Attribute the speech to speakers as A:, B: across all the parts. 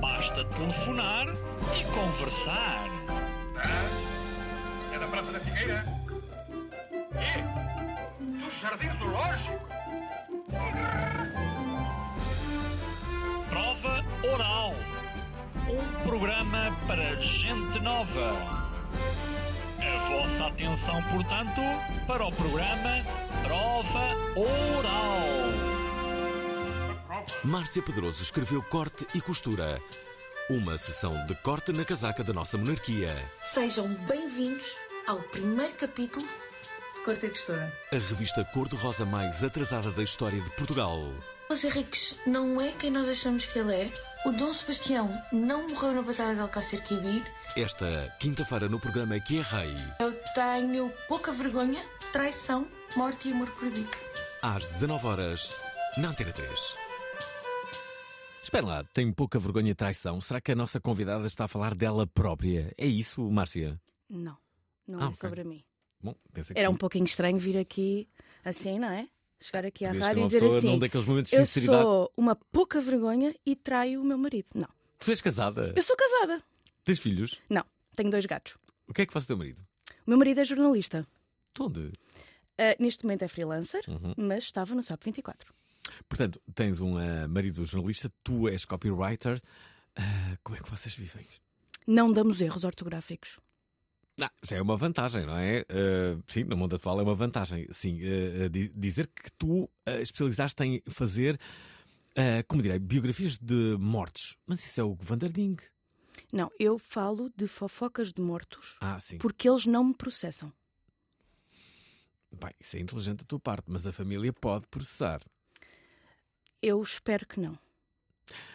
A: Basta telefonar e conversar.
B: Ah, é da Tá? Praça da Figueira? E? Do Jardim Zoológico?
A: Prova Oral. Um programa para gente nova. A vossa atenção, portanto, para o programa Prova Oral.
C: Márcia Pedroso escreveu Corte e Costura. Uma sessão de corte na casaca da nossa monarquia.
D: Sejam bem-vindos ao primeiro capítulo de Corte e Costura.
C: A revista cor-de-rosa mais atrasada da história de Portugal.
D: Os Henriques não é quem nós achamos que ele é. O Dom Sebastião não morreu na Batalha de Alcácer Quibir.
C: Esta quinta-feira no programa Que é Rei,
D: Eu tenho pouca vergonha, traição, morte e amor proibido.
C: às 19 horas na Antena 3.
E: Espera lá, tem pouca vergonha e traição. Será que a nossa convidada está a falar dela própria? É isso, Márcia?
F: Não, não
E: Ah,
F: é
E: ok.
F: sobre mim.
E: Bom, pensei que
F: Era
E: sim.
F: um pouquinho estranho vir aqui assim, não é? Chegar aqui à
E: Podias ser
F: rádio e
E: uma
F: dizer
E: pessoa
F: assim:
E: num daqueles momentos de
F: Eu
E: sinceridade.
F: sou uma pouca vergonha e traio o meu marido. Não,
E: Tu és casada?
F: eu sou casada.
E: Tens filhos?
F: Não, tenho dois gatos.
E: O que é que faz o teu marido?
F: O meu marido é jornalista.
E: De onde?
F: Ah, neste momento é freelancer,
E: Uhum.
F: mas estava no SAP 24.
E: Portanto, tens um ah, marido jornalista, tu és copywriter. Ah, como é que vocês vivem?
F: Não damos erros ortográficos.
E: Ah, já é uma vantagem, não é? Ah, sim, no mundo atual é uma vantagem. Sim, ah, ah, di- dizer que tu ah, especializaste em fazer, ah, como direi, biografias de mortos. Mas isso é o Vanderding.
F: Não, eu falo de fofocas de mortos
E: Ah, sim.
F: porque eles não me processam.
E: Bem, isso é inteligente da tua parte, mas a família pode processar.
F: Eu espero que não.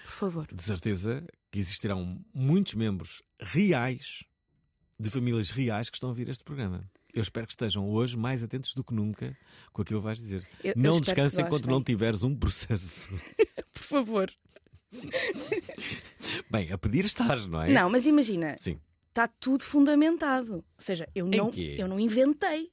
F: Por favor.
E: De certeza que existirão muitos membros reais, de famílias reais, que estão a ouvir este programa. Eu espero que estejam hoje mais atentos do que nunca com aquilo que vais dizer.
F: Eu- eu
E: não
F: espero que
E: descansa enquanto
F: gostem.
E: não tiveres um processo.
F: Por favor.
E: Bem, a pedir estás, não é?
F: Não, mas imagina,
E: Sim.
F: está tudo fundamentado. Ou seja, eu não,
E: quê?
F: eu não inventei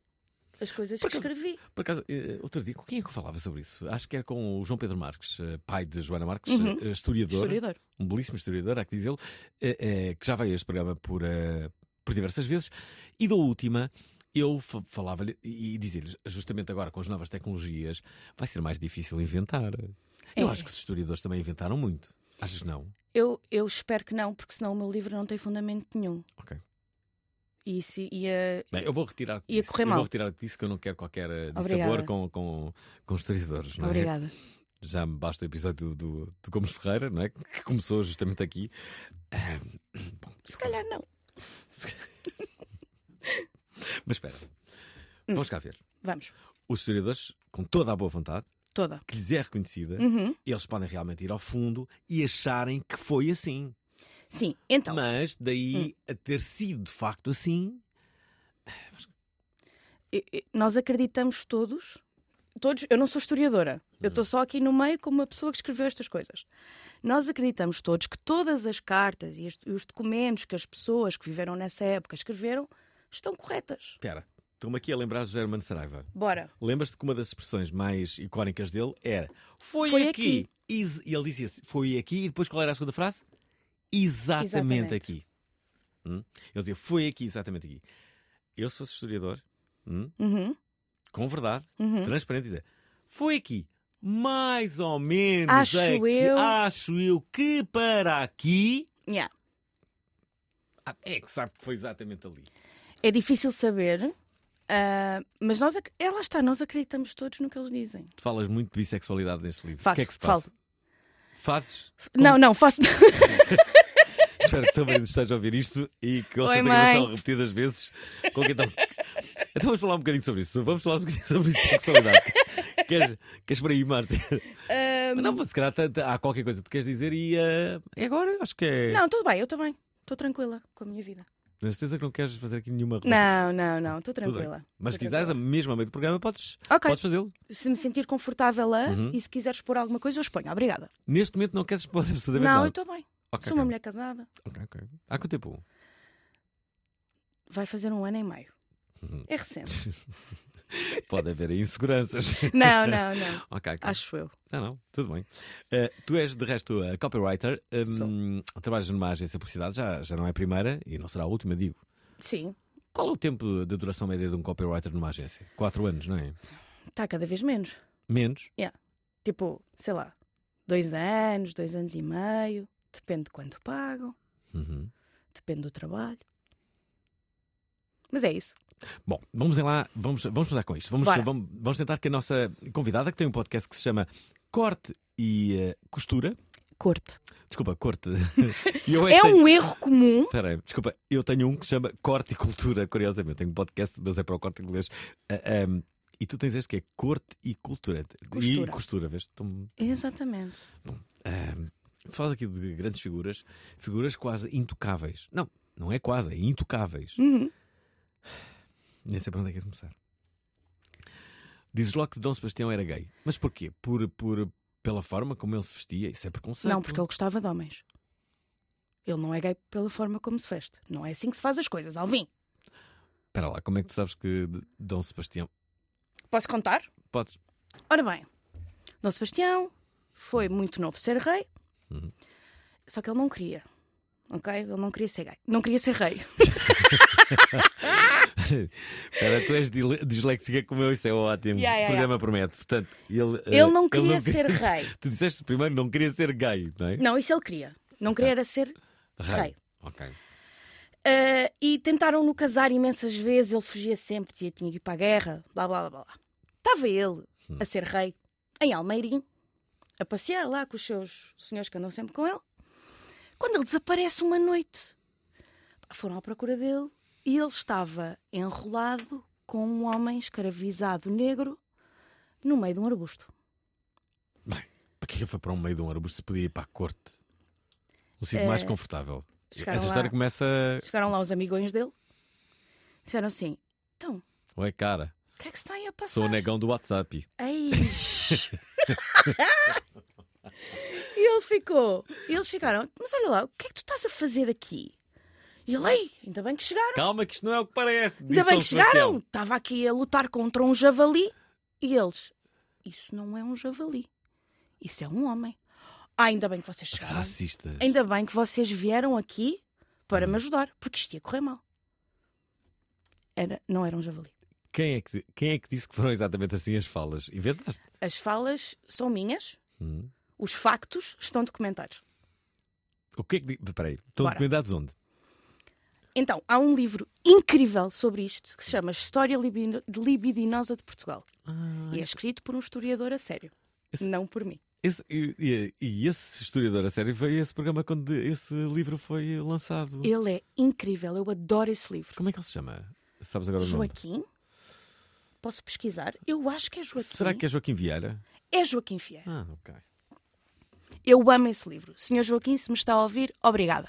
F: as coisas
E: Por
F: que
E: acaso-
F: escrevi.
E: Por acaso, eh, outro dia, com quem é que eu falava sobre isso? Acho que era com o João Pedro Marques, eh, pai de Joana Marques,
F: Uhum.
E: eh, historiador.
F: Historiador.
E: um belíssimo historiador, há que dizê-lo, eh, eh, que já veio a este programa por, eh, por diversas vezes, e da última. Eu fa- falava-lhe e dizia-lhes, justamente agora com as novas tecnologias, vai ser mais difícil inventar. Eu
F: É.
E: acho que os historiadores também inventaram muito. Achas que não?
F: Eu, eu espero que não, porque senão o meu livro não tem fundamento nenhum.
E: Ok.
F: E isso ia.
E: Bem, eu vou retirar
F: Ia
E: disso.
F: correr
E: eu
F: mal.
E: vou retirar disso que eu não quero qualquer eh, dissabor
F: Obrigada.
E: com, com, com os historiadores. Não é?
F: Obrigada.
E: Já me basta o episódio do, do, do Gomes Ferreira, não é? Que começou justamente aqui. Ah, bom,
F: Se calhar não.
E: Mas espera.
F: Hum.
E: Vamos cá ver.
F: Vamos.
E: Os historiadores, com toda a boa vontade,
F: Toda.
E: que lhes é reconhecida,
F: Uhum.
E: eles podem realmente ir ao fundo e acharem que foi assim.
F: Sim, então.
E: Mas daí a ter sido de facto assim.
F: e- e- Nós acreditamos todos. Todos, eu não sou historiadora, eu estou só aqui no meio como uma pessoa que escreveu estas coisas. Nós acreditamos todos que todas as cartas e as- e os documentos que as pessoas que viveram nessa época escreveram estão corretas.
E: Espera, estou-me aqui a lembrar do Germano Saraiva.
F: Bora.
E: Lembras-te que uma das expressões mais icónicas dele era Foi,
F: Foi
E: aqui.
F: aqui.
E: Is- E ele dizia assim, Foi aqui. E depois qual era a segunda frase? Exatamente,
F: Exatamente.
E: aqui. Hum? Ele dizia Foi aqui, exatamente aqui. Eu, se fosse historiador, hum,
F: Uhum,
E: com verdade,
F: uhum.
E: transparente dizer foi aqui mais ou menos
F: Acho
E: aqui,
F: eu-
E: acho eu que para aqui
F: Yeah.
E: Ah, é que sabe que foi exatamente ali
F: É difícil saber, ah, mas nós, ac- é, lá está, nós acreditamos todos no que eles dizem.
E: tu falas muito de bissexualidade neste livro
F: Faço,
E: o que é que se passa fazes
F: Não, não, faço.
E: espero que também esteja a ouvir isto e que ouça
F: Oi,
E: a
F: mãe.
E: gravação repetidas vezes com quem então então vamos falar um bocadinho sobre isso vamos falar um bocadinho sobre bissexualidade queres, queres por aí Márcia
F: Ah,
E: Mas não se calhar tanto- há qualquer coisa que tu queres dizer e ah, eh, é agora acho que é
F: não, tudo bem, eu também. Estou tranquila com a minha vida.
E: Tenho certeza que não queres fazer aqui nenhuma
F: Não, não, não, estou
E: Tudo bem.
F: tranquila.
E: Mas se
F: Estou
E: quiseres,
F: tranquila.
E: mesmo ao meio do programa, podes,
F: Ok.
E: podes fazê-lo.
F: Se me sentir confortável a
E: Uhum.
F: e se quiseres pôr alguma coisa, eu exponho. Obrigada.
E: Neste momento não queres expor absolutamente
F: não,
E: nada.
F: eu estou bem.
E: Ok,
F: Sou uma
E: ok.
F: mulher casada.
E: Ok, ok. Há quanto tempo?
F: Vai fazer um ano em maio.
E: Uhum.
F: É recente.
E: Pode haver aí inseguranças.
F: não, não, não.
E: ok, ok.
F: Acho eu.
E: Não, não, tudo bem. Eh, tu és, de resto, a copywriter. hum, trabalhas numa agência de publicidade, já, já não é a primeira e não será a última, digo.
F: Sim.
E: Qual é o tempo de duração média de um copywriter numa agência? Quatro anos, não é?
F: Está cada vez menos.
E: Menos.
F: Tipo, sei lá, dois anos, dois anos e meio. Depende de quanto pagam,
E: Uhum.
F: depende do trabalho. Mas é isso.
E: Bom, vamos lá, vamos, vamos começar com isto. Vamos,
F: Bora.
E: vamos, vamos tentar que a nossa convidada, que tem um podcast que se chama Corte e eh, Costura.
F: Corte.
E: Desculpa, corte. E eu
F: É
E: que tenho-
F: um erro comum.
E: Espera aí, desculpa, eu tenho um que se chama Corte e Cultura, curiosamente. Tenho um podcast, mas é para o corte inglês. Ah, ahm, e tu tens este que é Corte e Cultura. E
F: Costura.
E: costura, vês? Estou-me-
F: Exatamente.
E: Ahm, falas aqui de grandes figuras, figuras quase intocáveis. Não, não é quase, é intocáveis.
F: Uhum.
E: Nem sei para onde é que é de começar. Dizes logo que Dom Sebastião era gay. Mas porquê? Por, por, pela forma como ele se vestia? Isso é preconceito.
F: Não, porque ele gostava de homens. Ele não é gay pela forma como se veste. Não é assim que se faz as coisas, Alvin.
E: Espera lá, como é que tu sabes que D- Dom Sebastião...
F: Posso contar?
E: Podes...
F: Ora bem, Dom Sebastião foi muito novo ser rei,
E: Uhum.
F: só que ele não queria. Ok? Ele não queria ser gay. Não queria ser rei.
E: Espera, tu és dile- disléxica como eu, isso é ótimo.
F: Ya, ya,
E: o programa promete. Portanto, ele... eh,
F: Ele não queria ser rei.
E: Tu disseste primeiro não queria ser gay, não é?
F: Não, isso ele queria. Não queria era ser Ah. rei.
E: Ok.
F: Ah, e tentaram-no casar imensas vezes, ele fugia sempre, dizia que tinha que ir para a guerra, blá blá blá blá. Estava ele
E: Hum.
F: a ser rei em Almeirim, a passear lá com os seus senhores que andam sempre com ele, quando ele desaparece uma noite. Pá, Foram à procura dele e ele estava enrolado com um homem escravizado negro no meio de um arbusto.
E: Bem, para que ele foi para o meio de um arbusto se podia ir para a corte? Um sítio mais confortável.
F: chegaram
E: Essa história
F: Eh, lá.
E: começa...
F: Chegaram lá os amigões dele, disseram assim: então,
E: Oi, cara,
F: o que é que se está aí a passar?
E: sou o negão do WhatsApp.
F: Ai. e ele ficou. E eles ficaram, mas olha lá, o que é que tu estás a fazer aqui? E ele, ei, ainda bem que chegaram.
E: Calma, que isto não é o que parece.
F: Ainda bem que chegaram. Estava aqui a lutar contra um javali. E eles, isso não é um javali. Isso é um homem. Ah, ainda bem que vocês chegaram.
E: Racistas.
F: Ainda bem que vocês vieram aqui para me ajudar, porque isto ia correr mal. Era, não era um javali.
E: Quem, é que, quem é que disse que foram exatamente assim as falas? Inventaste.
F: As falas são minhas,
E: Hum.
F: os factos estão documentados.
E: O que é que. di- Espera aí. Estão
F: Bora.
E: documentados onde?
F: Então, há um livro incrível sobre isto que se chama História Libido- Libidinosa de Portugal. e é escrito por um historiador a sério,
E: Ah, Esse-
F: não por mim.
E: Esse- e, e- e esse historiador a sério foi esse programa quando esse livro foi lançado.
F: Ele é incrível, eu adoro esse livro.
E: Como é que ele se chama? Sabes agora é o nome?
F: Joaquim? Posso pesquisar? Eu acho que é Joaquim.
E: Será que é Joaquim Vieira?
F: É Joaquim Fier.
E: Ah, ok.
F: Eu amo esse livro. Senhor Joaquim, se me está a ouvir, obrigada.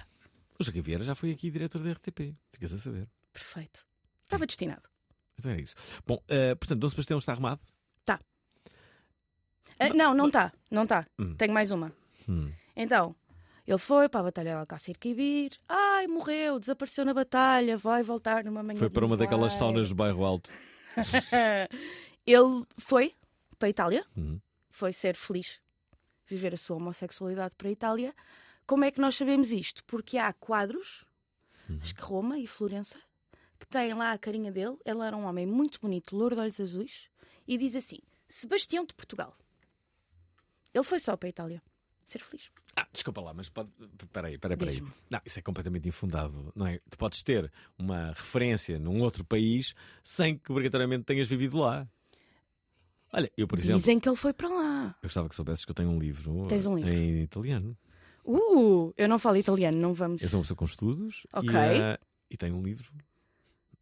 E: O Joaquim Vieira já foi aqui diretor da RTP. Ficas a saber.
F: Perfeito. Estava destinado.
E: Então era isso. Bom, eh, portanto, Dom Sebastião está arrumado.
F: Ah, não, não está, não está.
E: Hum.
F: Tenho mais uma.
E: Hum.
F: Então, ele foi para a Batalha de Alcácer Quibir. Ai, morreu, desapareceu na batalha, vai voltar numa manhã
E: Foi
F: de
E: para uma daquelas
F: nevoeiro.
E: saunas do bairro alto.
F: Ele foi para a Itália,
E: Uhum.
F: foi ser feliz, viver a sua homossexualidade para a Itália. Como é que nós sabemos isto? Porque há quadros,
E: Uhum.
F: acho que Roma e Florença, que têm lá a carinha dele. Ele era um homem muito bonito, louro de olhos azuis, e diz assim: Sebastião de Portugal. Ele foi só para a Itália ser feliz.
E: Ah, desculpa lá, mas pode. Peraí, peraí, peraí.
F: Diz-me.
E: Não, isso é completamente infundado, não é? Tu podes ter uma referência num outro país sem que obrigatoriamente tenhas vivido lá. Olha, eu, por exemplo,
F: Dizem que ele foi para lá.
E: eu gostava que soubesses que eu tenho um livro,
F: é- Tens um livro?
E: em italiano.
F: Uh, eu não falo italiano, não vamos.
E: Eu sou uma pessoa com estudos
F: Ok.
E: e, ah, e tenho um livro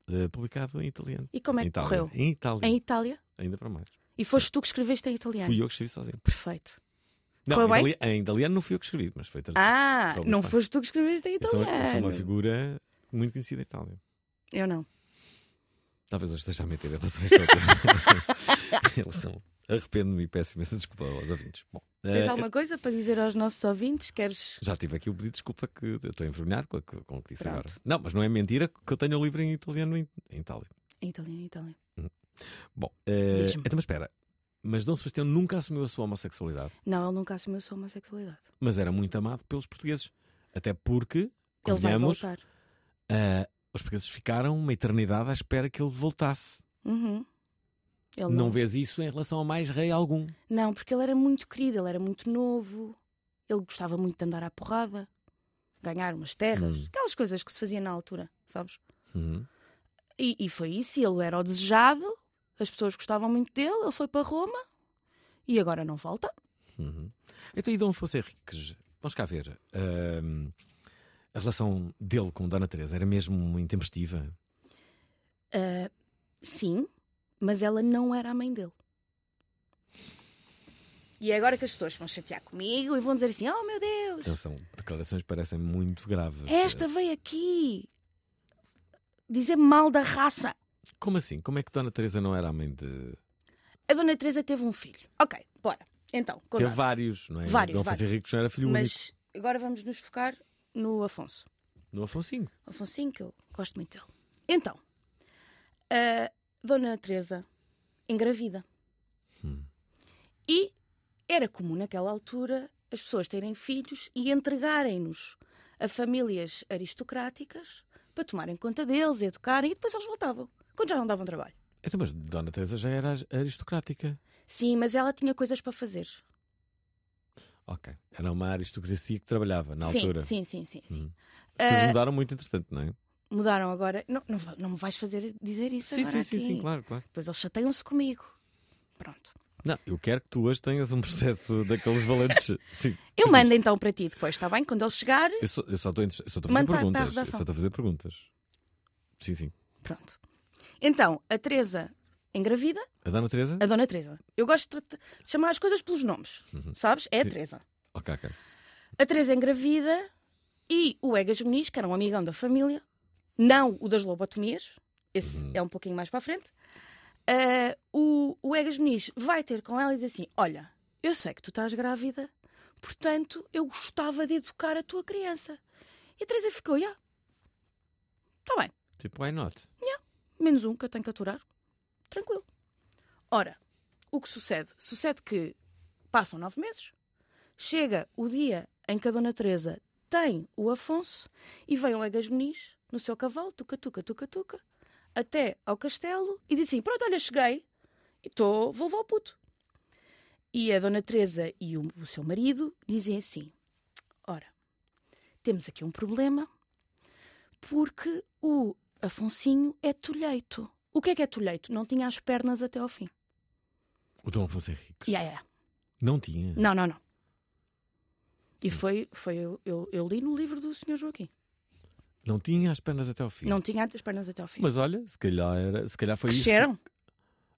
E: ah, publicado em italiano.
F: E como é
E: Em
F: que
E: Itália.
F: correu?
E: Em Itália,
F: Em Itália?
E: ainda para mais.
F: E foste tu que escreveste em italiano?
E: Fui eu que estive sozinho.
F: Perfeito.
E: Não,
F: Foi
E: em,
F: bem?
E: itali- em italiano não fui eu que escrevi, mas foi traduzido.
F: Ah,
E: Como
F: não
E: faz?
F: foste tu que escreveste em
E: eu, sou,
F: italiano.
E: eu sou uma figura muito conhecida em Itália.
F: Eu não.
E: Talvez eu esteja a meter em relação a esta outra- em relação. Arrependo-me e peço imensa desculpa aos ouvintes. Bom, eh,
F: Tens alguma coisa para dizer aos nossos ouvintes? Queres.
E: já tive aqui o pedido de desculpa que eu estou envergonhado com, a- com o que disse agora.
F: Pronto.
E: Não, mas não é mentira que eu tenho o livro em italiano em, em Itália.
F: Em italiano, em italiano.
E: Bom, eh,
F: Diz-me.
E: então mas espera. Mas Dom Sebastião nunca assumiu a sua homossexualidade,
F: Não, ele nunca assumiu a sua homossexualidade.
E: mas era muito amado pelos portugueses. Até porque,
F: Ele vai
E: convenhamos,
F: voltar.
E: eh, os portugueses ficaram uma eternidade à espera que ele voltasse.
F: Uhum. Ele
E: não. vês isso em relação a mais rei algum.
F: Não, porque ele era muito querido, ele era muito novo, ele gostava muito de andar à porrada, ganhar umas terras,
E: Hum.
F: aquelas coisas que se fazia na altura, sabes?
E: Uhum.
F: E, e foi isso, ele era o desejado, as pessoas gostavam muito dele, ele foi para Roma e agora não volta.
E: Uhum. Então, e Dom Afonso Henriques, vamos cá ver. ahm, a relação dele com Dona Teresa era mesmo intempestiva.
F: Ah, sim, mas ela não era a mãe dele. E é agora que as pessoas vão chatear comigo e vão dizer assim: Oh meu Deus,
E: Atenção, declarações que parecem muito graves.
F: esta veio aqui dizer mal da raça.
E: Como assim? Como é que Dona Teresa não era a mãe de.
F: A Dona Teresa teve um filho. Ok, bora. Então,
E: Teve
F: contava.
E: vários, não é?
F: Vários,
E: Dom Afonso
F: vários.
E: Henriques não era filho único.
F: Mas agora vamos nos focar no Afonso.
E: No Afonsinho.
F: Afonso, que eu gosto muito dele. Então, a Dona Teresa engravida.
E: Hum.
F: E era comum naquela altura as pessoas terem filhos e entregarem-nos a famílias aristocráticas para tomarem conta deles, educarem e depois eles voltavam, quando já não davam trabalho.
E: Então, mas Dona Teresa já era aristocrática.
F: Sim, mas ela tinha coisas para fazer.
E: Ok. Era uma aristocracia que trabalhava na
F: sim, Ah,
E: altura.
F: sim, sim, sim, sim.
E: As coisas mudaram muito, entretanto, não é?
F: mudaram agora. Não, não, va- não me vais fazer dizer isso
E: Sim, sim,
F: agora
E: sim,
F: aqui.
E: sim, claro, claro.
F: Depois eles chateiam-se comigo. Pronto.
E: Não, eu quero que tu hoje tenhas um processo daqueles valentes. Sim.
F: Eu
E: Diz.
F: mando então para ti depois, está bem? Quando ele chegar,
E: Eu só, eu só estou a inter- eu só estou a fazer
F: Manda para a
E: perguntas. Eu
F: redação.
E: só estou a fazer perguntas. Sim, sim.
F: pronto. Então, a Teresa engravida,
E: A Dona Teresa?
F: a Dona Teresa. Eu gosto de trata- de chamar as coisas pelos nomes, sabes? É a
E: Sim.
F: Teresa.
E: Ok, ok.
F: A Teresa engravida e o Egas Muniz, que era um amigão da família, não o das lobotomias, esse é um pouquinho mais para a frente. Ah, o, o Egas Muniz vai ter com ela e diz assim: Olha, eu sei que tu estás grávida, portanto eu gostava de educar a tua criança. E a Teresa ficou: Já, está bem,
E: Tipo, why not?
F: menos um que eu tenho que aturar, tranquilo. Ora, o que sucede? Sucede que passam nove meses, chega o dia em que a Dona Teresa tem o Afonso e vem o Egas Muniz no seu cavalo, tuca, tuca, tuca, tuca, até ao castelo e diz assim: Pronto, olha, cheguei e tô, vou levar o puto. E a Dona Teresa e o, o seu marido dizem assim: Ora, temos aqui um problema porque o Afonsinho é tolheito. O que é que é tolheito? Não tinha as pernas até ao fim.
E: O Dom Afonso Henriques.
F: Yeah, yeah.
E: Não tinha.
F: Não, não, não. E foi, foi eu, eu, eu li no livro do Sr. Joaquim.
E: Não tinha as pernas até ao fim.
F: Não tinha as pernas até ao fim.
E: Mas olha, se calhar, era, se calhar foi
F: Cresceram.
E: isso.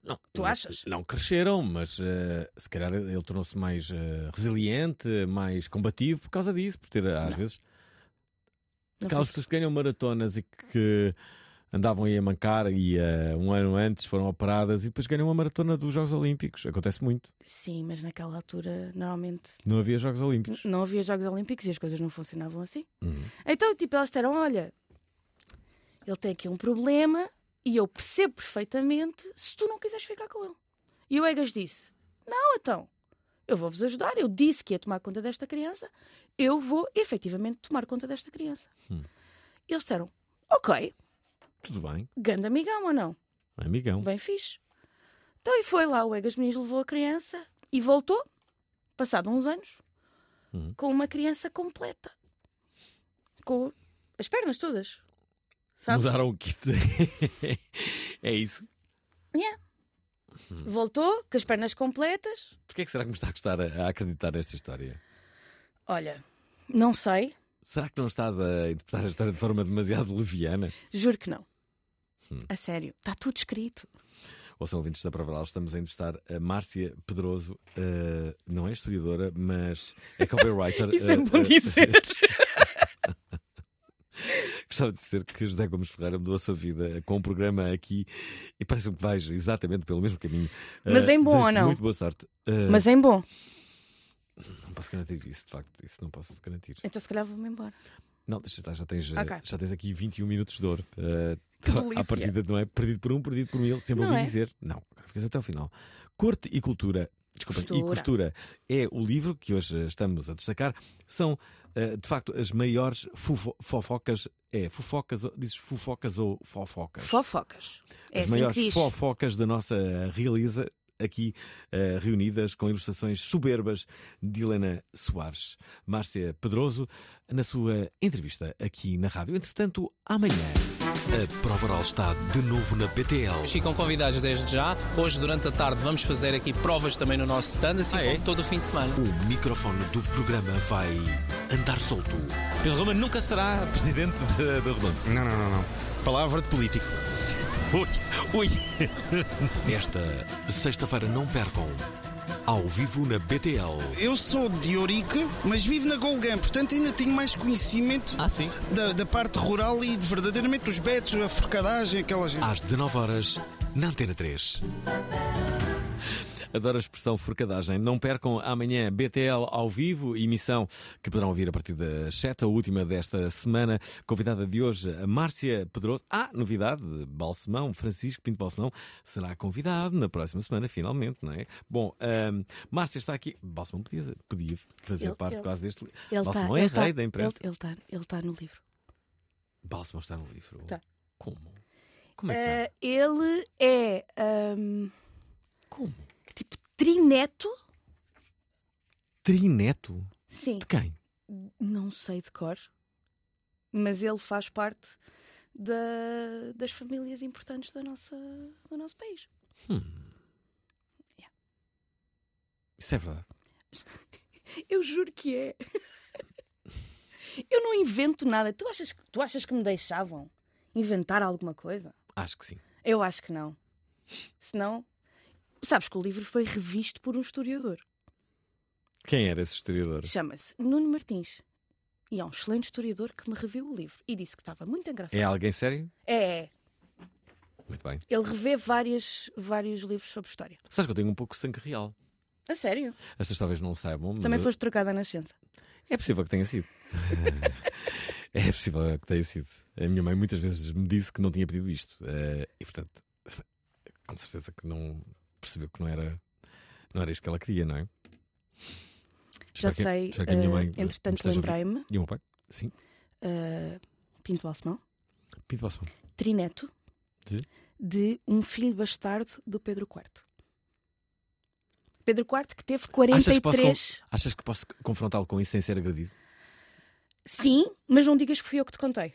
E: Não,
F: Tu
E: não-
F: achas?
E: Não cresceram, mas eh, se calhar ele tornou-se mais eh, resiliente, mais combativo por causa disso, por ter às vezes
F: Não
E: Aquelas
F: foi-
E: pessoas que ganham maratonas e que andavam aí a mancar e eh, um ano antes foram operadas e depois ganham uma maratona dos Jogos Olímpicos. Acontece muito.
F: Sim, mas naquela altura normalmente
E: Não havia Jogos
F: n-
E: Olímpicos.
F: não havia Jogos Olímpicos e as coisas não funcionavam assim.
E: Uhum.
F: Então, tipo, elas disseram: olha, ele tem aqui um problema e eu percebo perfeitamente se tu não quiseres ficar com ele. E o Egas disse: não, então, eu vou-vos ajudar. Eu disse que ia tomar conta desta criança, eu vou efetivamente tomar conta desta criança.
E: Hum.
F: E eles disseram: ok,
E: Tudo bem,
F: grande amigão ou não?
E: amigão.
F: Bem fixe. Então, e foi lá, o Egas Muniz levou a criança e voltou, passado uns anos,
E: Uhum.
F: com uma criança completa. Com as pernas todas. Sabes?
E: Mudaram o kit. é isso.
F: Yeah. Voltou, com as pernas completas.
E: Porquê é que será que me está a custar a, a acreditar nesta história?
F: Olha, não sei,
E: Será que não estás a interpretar a história de forma demasiado leviana? Hum.
F: juro que não. A sério, está tudo tá escrito.
E: O ou são ouvintes da Provaral, estamos a entrevistar a Márcia Pedroso, eh, não é historiadora, mas é copywriter.
F: Isso
E: eh,
F: é bom
E: eh,
F: dizer.
E: Gostava de dizer que José Gomes Ferreira mudou a sua vida com um programa aqui e parece-me que vais exatamente pelo mesmo caminho.
F: Mas
E: Eh,
F: em bom ou
E: desejo-te
F: não?
E: Muito boa sorte. Eh,
F: Mas em bom.
E: Não posso garantir isso, de facto. Isso não posso garantir.
F: Então se calhar vou-me embora.
E: Não, deixa estar, já tens, eh,
F: Ok.
E: já tens aqui 21 minutos de ouro. Eh,
F: Que
E: tá-
F: delícia.
E: à partida, não é? Perdido por um, perdido por mil, sempre
F: Não
E: ouvi
F: é?
E: dizer. Não, agora ficas até ao final. Corte e cultura. Desculpa, e
F: Costura.
E: costura é o livro que hoje eh, estamos a destacar. São, eh, de facto, as maiores fofo- fofocas. É, fofocas, ou- dizes fofocas ou fofocas?
F: Fofocas. É
E: as
F: assim que
E: maiores
F: diz.
E: fofocas da nossa realiza, aqui eh, reunidas com ilustrações soberbas de Helena Soares. Márcia Pedroso, na sua entrevista aqui na rádio. Entretanto, amanhã.
C: A Provaral está de novo na BTL.
G: Ficam convidados desde já. Hoje, durante a tarde, vamos fazer aqui provas também no nosso stand, assim como todo o fim de semana.
E: Um
C: O microfone do programa vai andar solto.
G: Pedro Roma nunca será presidente do Redondo.
H: Não, não, não, não. Palavra de político.
G: Ui, ui.
C: Esta sexta-feira não percam. Ao vivo na BTL.
H: Eu sou de Ourique, mas vivo na Golgã, portanto ainda tenho mais conhecimento
G: Ah, sim.
H: da, da parte rural e de verdadeiramente dos betos, a forcadagem, aquela gente.
C: Às 19 horas na Antena 3.
E: Adoro a expressão forcadagem. Não percam amanhã BTL ao vivo, emissão que poderão ouvir a partir das 7, a última desta semana. Convidada de hoje, a Márcia Pedroso. Ah, novidade, Balsemão, Francisco Pinto Balsemão será convidado na próxima semana, finalmente, não é? Bom, ahm, Márcia está aqui. Balsemão podia, podia fazer
F: Ele-
E: parte
F: ele-
E: quase deste livro.
F: Ele está
E: Balsemão é
F: ele
E: rei
F: tá-
E: da imprensa.
F: Ele está ele tá no livro.
E: Balsemão está no livro.
F: Tá.
E: Como? Como é que está?
F: Eh, ele é ahm,
E: Como?
F: tipo trineto.
E: Trineto?
F: Sim.
E: De quem?
F: Não sei de cor, mas ele faz parte da- das famílias importantes da nossa, do nosso país.
E: Isso é verdade.
F: Eu juro que é. Eu não invento nada. Tu achas, que- tu achas que me deixavam inventar alguma coisa?
E: Acho que sim.
F: Eu acho que não. Senão, sabes que o livro foi revisto por um historiador.
E: Quem era esse historiador?
F: Chama-se Nuno Martins. E é um excelente historiador que me reviu o livro e disse que estava muito
E: É
F: engraçado.
E: alguém sério?
F: É, é.
E: Muito bem.
F: ele revê várias, vários livros sobre história.
E: Sabes que eu tenho um pouco de sangue real.
F: A sério?
E: As pessoas talvez não saibam, mas
F: Também
E: eu-
F: foste trocada à nascença.
E: é possível que tenha sido. é possível que tenha sido. A minha mãe muitas vezes me disse que não tinha pedido isto. eh, e portanto, com certeza que não percebeu que não era, não era isto que ela queria, não é?
F: Já
E: Espero que-
F: sei.
E: espero que a minha
F: eh,
E: mãe me
F: entretanto,
E: esteja a ouvir.
F: lembrei-me.
E: E o meu pai? Sim.
F: eh, Pinto Balsemão.
E: Pinto Balsemão.
F: Trineto.
E: De?
F: de um filho bastardo do Pedro IV. Pedro IV que teve
E: Achas
F: 43...
E: que posso con- Achas que posso confrontá-lo com isso sem ser agredido?
F: Sim, mas não digas que fui eu que te contei.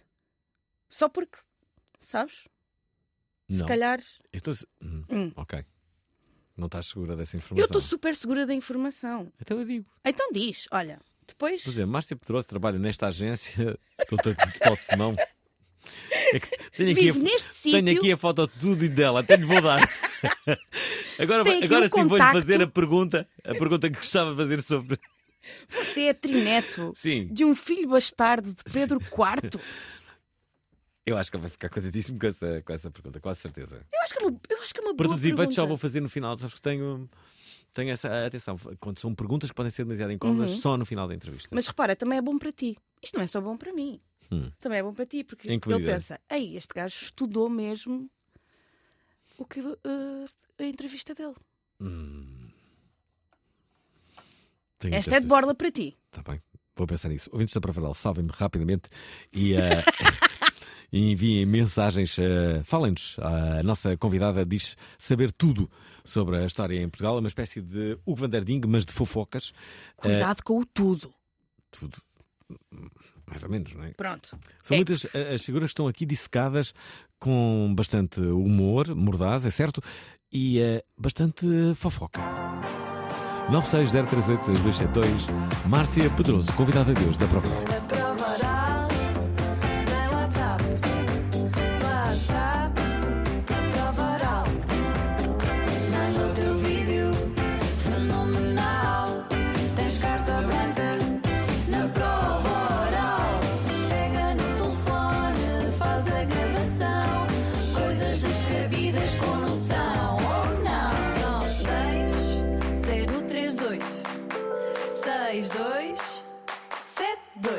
F: Só porque, sabes? Se
E: não.
F: calhar.
E: Então, se- hum,
F: Hum.
E: Ok. Não estás segura dessa
F: Eu
E: informação?
F: estou super segura da informação.
E: Então eu digo.
F: Então diz, olha, depois.
E: Por exemplo, Márcia Pedroso trabalha nesta agência, doutor Tito Balsemão. É que tenho aqui, a,
F: Vive neste
E: tenho
F: sítio.
E: aqui a foto de tudo e dela, até lhe vou dar. Agora,
F: Tem aqui
E: agora
F: um
E: sim vou-lhe
F: contacto.
E: fazer a pergunta, a pergunta que gostava de fazer sobre.
F: Você é trineto
E: Sim,
F: de um filho bastardo de Pedro IV.
E: eu acho que ela vai ficar contentíssimo com essa, com essa pergunta, com certeza.
F: Eu acho que é uma, eu acho que é uma
E: Para
F: boa
E: todos os efeitos,
F: pergunta.
E: já vou fazer no final, sabes que tenho. Tenho essa atenção, quando são perguntas que podem ser demasiado incómodas,
F: Uhum.
E: só no final da entrevista.
F: Mas repara, também é bom para ti. Isto não é só bom para mim.
E: Hum.
F: Também é bom para ti, porque
E: Em que
F: ele
E: medida?
F: pensa: ei, este gajo estudou mesmo o que eh, a entrevista dele.
E: Hum. Tenho
F: Esta é de
E: muitas-
F: borla para ti.
E: Tá bem, vou pensar nisso. Ouvintes da Provaral, salvem-me rapidamente e, eh, e enviem mensagens. eh, Falem-nos. A nossa convidada diz saber tudo sobre a história em Portugal. É uma espécie de Hugo Van der Ding, mas de fofocas. É.
F: Cuidado com o tudo.
E: Tudo. Mais ou menos, não é?
F: Pronto.
E: São
F: É.
E: muitas eh, as figuras que estão aqui dissecadas com bastante humor, mordaz, é certo, e eh, bastante fofoca. 960386272, Márcia Pedroso, convidada de hoje da prova.
I: WhatsApp, WhatsApp, Provaral.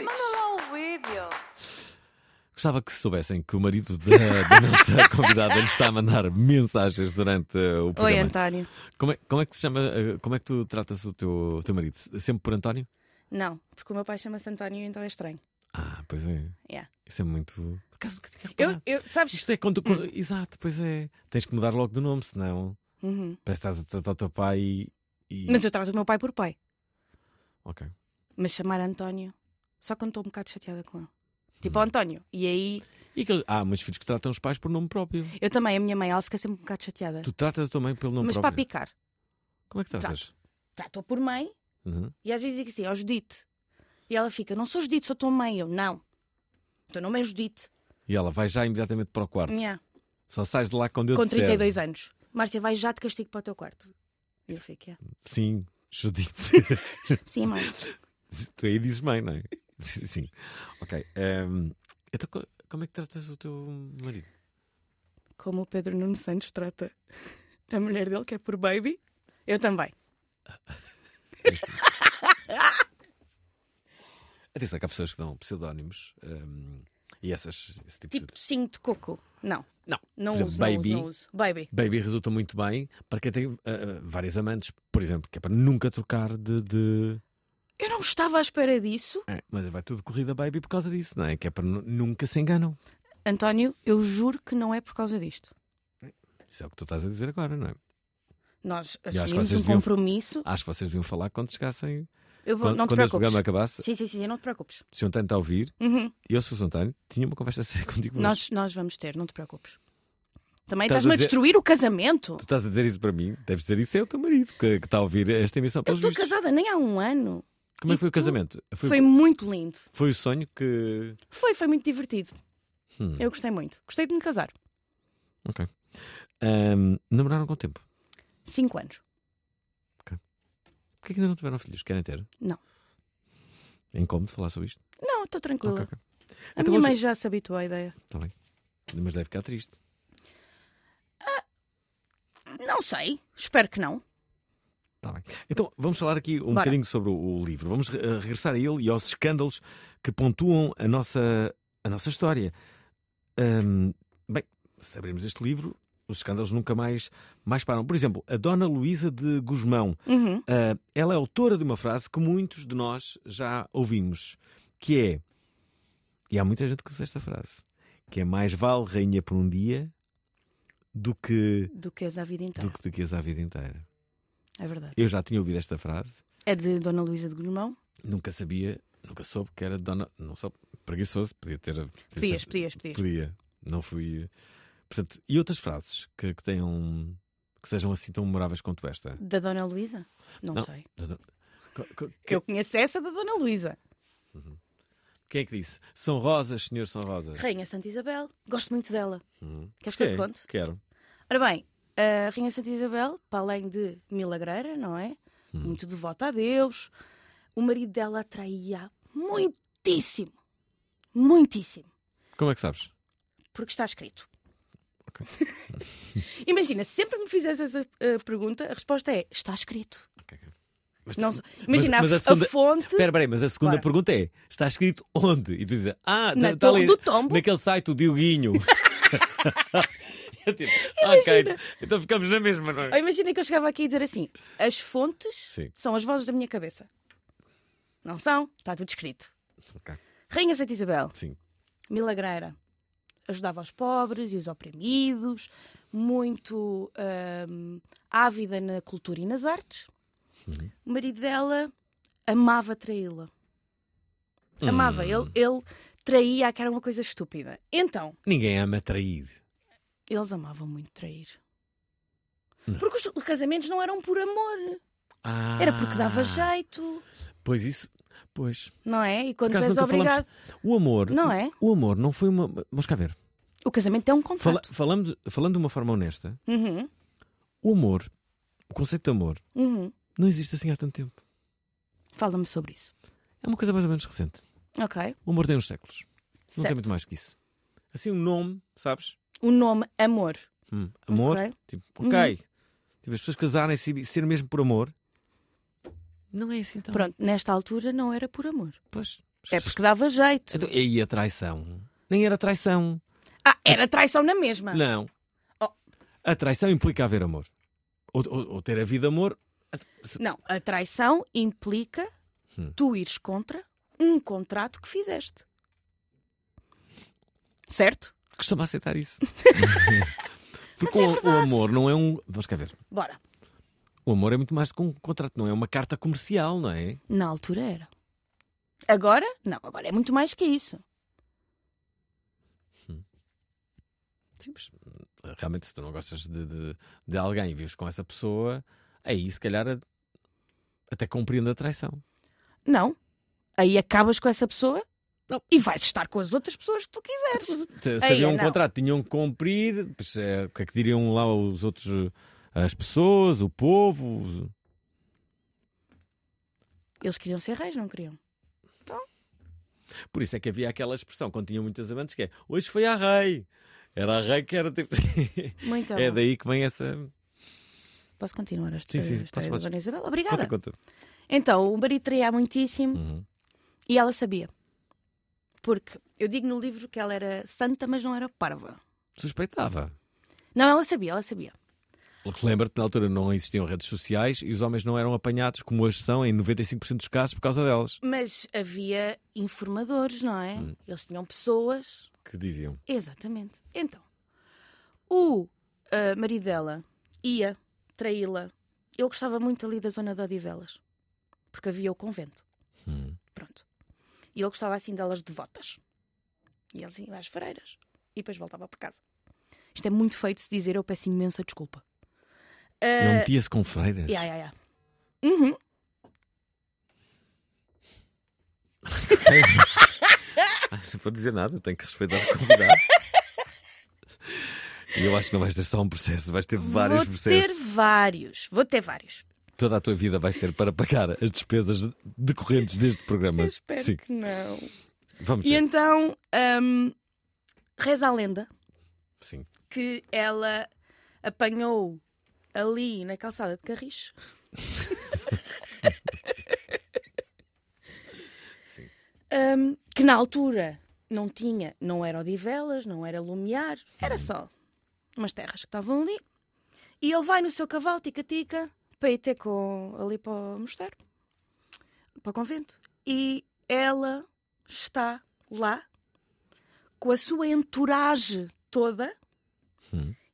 D: Oh,
E: Gostava que soubessem que o marido da, da nossa convidada lhe está a mandar mensagens durante eh, o
F: Oi,
E: programa.
F: António.
E: como, é, como é que se chama? eh, Como é que tu tratas o teu, o teu marido? Sempre por António?
F: Não, porque o meu pai chama-se António, então é estranho.
E: Ah, pois é.
F: Yeah.
E: Isso é muito. Por acaso nunca tinha
F: Eu,
E: reparado.
F: eu, sabes?
E: Tá Isto é quando. quando-
F: hum.
E: Exato, pois é. Tens que mudar logo do nome, senão
F: Uhum.
E: parece que estás a tratar o teu pai e. e-
F: Mas eu trato o meu pai por pai.
E: Ok.
F: Mas chamar António, só quando estou um bocado chateada com ele.
E: Hum.
F: Tipo, António. E aí,
E: E aquele- Há muitos filhos que tratam os pais por nome próprio.
F: eu também, a minha mãe, ela fica sempre um bocado chateada.
E: Tu tratas a tua mãe pelo nome
F: Mas para
E: próprio.
F: picar,
E: Como é que tratas?
F: trato-a por mãe
E: Uhum.
F: e às vezes digo assim, ó Judite. E ela fica, não sou Judite, sou tua mãe. Eu, não. O teu nome é Judite.
E: E ela vai já imediatamente para o quarto.
F: Nha.
E: Só sais de lá quando eu
F: Com
E: te disser.
F: 32 anos. Márcia, vai já de castigo para o teu quarto. E eu fico, "É."
E: Sim, Judite.
F: sim, mãe.
E: tu aí dizes mãe, não é? Sim. sim. Ok. ehm, então, co- como é que tratas o teu marido?
F: Como o Pedro Nuno Santos trata a mulher dele, que é por baby, eu também.
E: Atenção, que há pessoas que dão pseudónimos ehm, e essas, esse tipo,
F: Tipo,
E: de.
F: sim de coco. Não.
E: Não,
F: Não
E: por exemplo,
F: uso,
E: baby,
F: não uso, não uso. Baby.
E: Baby resulta muito bem para quem tem ah, ah, várias amantes, por exemplo, que é para nunca trocar de. de-
F: Eu não estava à espera disso.
E: É, mas vai tudo corrida baby por causa disso, não é? Que é para nu- nunca se enganam.
F: António, eu juro que não é por causa disto.
E: Isso é o que tu estás a dizer agora, não é?
F: Nós
E: acho que
F: assumimos
E: vocês
F: um
E: deviam-
F: compromisso.
E: Acho que vocês deviam falar quando chegassem.
F: Eu vou,
E: Quando,
F: não te
E: quando este
F: preocupes.
E: programa acabasse,
F: Sim, sim, sim, não te preocupes.
E: se um tanto está a ouvir,
F: Uhum.
E: eu sou o Sontano, tinha uma conversa séria contigo. hoje.
F: Nós, nós vamos ter, não te preocupes. Também
E: Estás
F: estás-me
E: a
F: a
E: dizer-
F: destruir o casamento.
E: Tu estás a dizer isso para mim, deves dizer isso é o teu marido que, que está a ouvir esta emissão.
F: Eu
E: pelos
F: estou
E: vistos.
F: casada nem há um ano.
E: Como é que
F: e
E: foi o
F: tu?
E: casamento? Foi,
F: Foi, muito lindo.
E: foi o sonho que.
F: Foi, foi muito divertido.
E: Hum.
F: Eu gostei muito. Gostei de me casar.
E: Ahm, hum, namoraram com o tempo.
F: Cinco anos.
E: Porquê que ainda não tiveram filhos? Querem ter?
F: Não.
E: É incómodo falar sobre isto?
F: Não, estou
E: Ok,
F: tranquila.
E: ok.
F: A
E: Então
F: minha
E: você-
F: mãe já se habituou à ideia.
E: Está bem. Mas deve ficar triste.
F: Não sei. Espero que não.
E: Tá bem. Então, vamos falar aqui um
F: Bora.
E: bocadinho sobre o, o livro. Vamos re- eh, regressar a ele e aos escândalos que pontuam a nossa, a nossa história. Ahm, bem, se abrirmos este livro, os escândalos nunca mais, mais param. Por exemplo, a Dona Luísa de Guzmão.
F: Uhum.
E: Ah, ela é autora de uma frase que muitos de nós já ouvimos, que é, e há muita gente que usa esta frase, que é mais vale rainha por um dia do que
F: Do que és a vida inteira.
E: do que, do que és a vida inteira.
F: É verdade.
E: Eu já tinha ouvido esta frase,
F: É de Dona Luísa de Guzmão.
E: nunca sabia, nunca soube que era dona, não soube, preguiçoso, podia ter... podia ter-
F: Pedias, pedias, pedias.
E: Podia, não fui... Portanto, e outras frases que, que tenham... que sejam assim tão memoráveis quanto esta?
F: Da Dona Luísa? Não,
E: Não.
F: sei.
E: Co- co-
F: Eu conheço essa da Dona Luísa.
E: Quem é que disse? São Rosas, senhor São Rosas.
F: Rainha Santa Isabel. Gosto muito dela.
E: Hum.
F: Queres que eu te
E: Ok,
F: conte?
E: Quero.
F: Ora bem, a Rainha Santa Isabel, para além de milagreira, não é?
E: Hum.
F: Muito devota a Deus. O marido dela atraía muitíssimo. Muitíssimo.
E: Como é que sabes?
F: Porque está escrito.
E: Ok.
F: Imagina, sempre que me fizesse essa eh, pergunta, a resposta é: está escrito.
E: Ok, ok.
F: Não sei- imagina, a-
E: mas a
F: a,
E: segunda-
F: fonte.
E: Espera, espera aí, mas a segunda
F: Bora.
E: pergunta é: está escrito onde? E tu dizes, ah,
F: Na
E: tá- tá
F: Torre
E: ali,
F: do Tombo.
E: Naquele site do Dioguinho. Eu tipo, ok, então ficamos na mesma, não é?
F: Ou Oh, Imagina que eu chegava aqui e dizer assim: as fontes
E: Sim.
F: são as vozes da minha cabeça. Não são? Está tudo escrito.
E: Ok.
F: Rainha Santa Isabel,
E: Sim.
F: milagreira. Ajudava os pobres e os oprimidos, muito hum, ávida na cultura e nas artes.
E: Uhum.
F: O marido dela amava traí-la.
E: Hum.
F: Amava. Ele, ele traía, que era uma coisa estúpida. Então,
E: Ninguém ama traído.
F: eles amavam muito trair.
E: Hum.
F: Porque os casamentos não eram por amor.
E: Ah,
F: Era porque dava jeito,
E: Pois isso, pois.
F: não é? E
E: Por
F: quando tu
E: acaso
F: és
E: nunca
F: obrigado.
E: falamos. O amor.
F: Não é?
E: O amor não foi uma. Vamos cá ver.
F: O casamento é um
E: Fala-
F: contrato.
E: falando, falando de uma forma honesta,
F: Uhum,
E: o amor, o conceito de amor,
F: uhum.
E: não existe assim há tanto tempo.
F: Fala-me sobre isso.
E: É uma coisa mais ou menos recente.
F: Ok.
E: O amor tem uns séculos. Não tem
F: certo.
E: muito mais que isso. Assim, um nome, sabes?
F: O nome amor.
E: Hum, amor.
F: Ok. Uhum.
E: Tipo, ok. Tipo, as pessoas casarem-se e ser mesmo por amor. Não é
F: Tá.
E: assim tão.
F: Pronto, nesta altura não era por amor.
E: Pois.
F: É porque dava jeito.
E: Então, e aí a traição? Nem era traição.
F: Ah, era traição na mesma.
E: Não.
F: Ah. Oh.
E: A traição implica haver amor. Ou, ou- ou ter havido amor.
F: Não, a traição implica tu ires contra um contrato que fizeste. Certo?
E: Costumo aceitar isso.
F: Mas
E: Porque
F: é
E: o- o,
F: verdade.
E: amor não é um. Vamos cá ver.
F: Bora.
E: O amor é muito mais do que um contrato, não é uma carta comercial, não é?
F: Na altura era. Agora? Não, agora é muito mais que isso.
E: Sim, mas eh, realmente, se tu não gostas de, de, de alguém e vives com essa pessoa, aí se calhar a- até compreendo a traição.
F: Não. Aí acabas com essa pessoa e vais estar com as outras pessoas que tu quiseres.
E: Se se
F: Aí
E: havia
F: é
E: um
F: não.
E: contrato, tinham que cumprir, pois, eh, o que é que diriam lá os outros, eh, as pessoas, o povo?
F: Eles queriam ser reis, não queriam?
E: Por isso é que havia aquela expressão, quando tinham muitas amantes, que é hoje foi a rei. Era a rei que era tipo.
F: Muito
E: é
F: Tá bom.
E: daí que vem essa.
F: Posso continuar a
E: Sim,
F: história,
E: sim,
F: a história
E: posso-
F: da Dona
E: posso.
F: Isabel? Obrigada.
E: Conta, conta.
F: Então, o marido traía muitíssimo
E: Uhum.
F: e ela sabia. Porque eu digo no livro que ela era santa, mas não era parva.
E: Suspeitava.
F: Não, ela sabia, ela sabia.
E: Porque Lembra-te, na altura não existiam redes sociais e os homens não eram apanhados, como hoje são, em 95% dos casos, por causa delas.
F: Mas havia informadores, não é? Eles tinham pessoas
E: Que diziam.
F: Exatamente. Então, o ah, marido dela ia traí-la. Ele gostava muito ali da zona de Odivelas, porque havia o convento.
E: Hum.
F: Pronto. E ele gostava assim delas devotas. E eles iam às freiras. E depois voltava para casa. Isto é muito feito de se dizer, eu peço imensa desculpa. Eh,
E: Ele metia-se com freiras.
F: Ya, ya, ya. Uhum.
E: Ah, Não vou dizer nada, tenho que respeitar o convidado. e eu acho que não vais ter só um processo, vais ter vários
F: Vou
E: processos.
F: ter vários. Vou ter vários.
E: Toda a tua vida vai ser para pagar as despesas decorrentes deste programa.
F: Eu espero
E: Sim,
F: que não.
E: vamos
F: E
E: ver.
F: então, hum, reza a lenda
E: Sim.
F: que ela apanhou ali na calçada de Carris. Hum, que na altura não tinha, não era Odivelas, não era Lumiar, era só umas terras que estavam ali. E ele vai no seu cavalo, tica-tica, para ir ter com, ali para o mosteiro, para o convento. E ela está lá com a sua entourage toda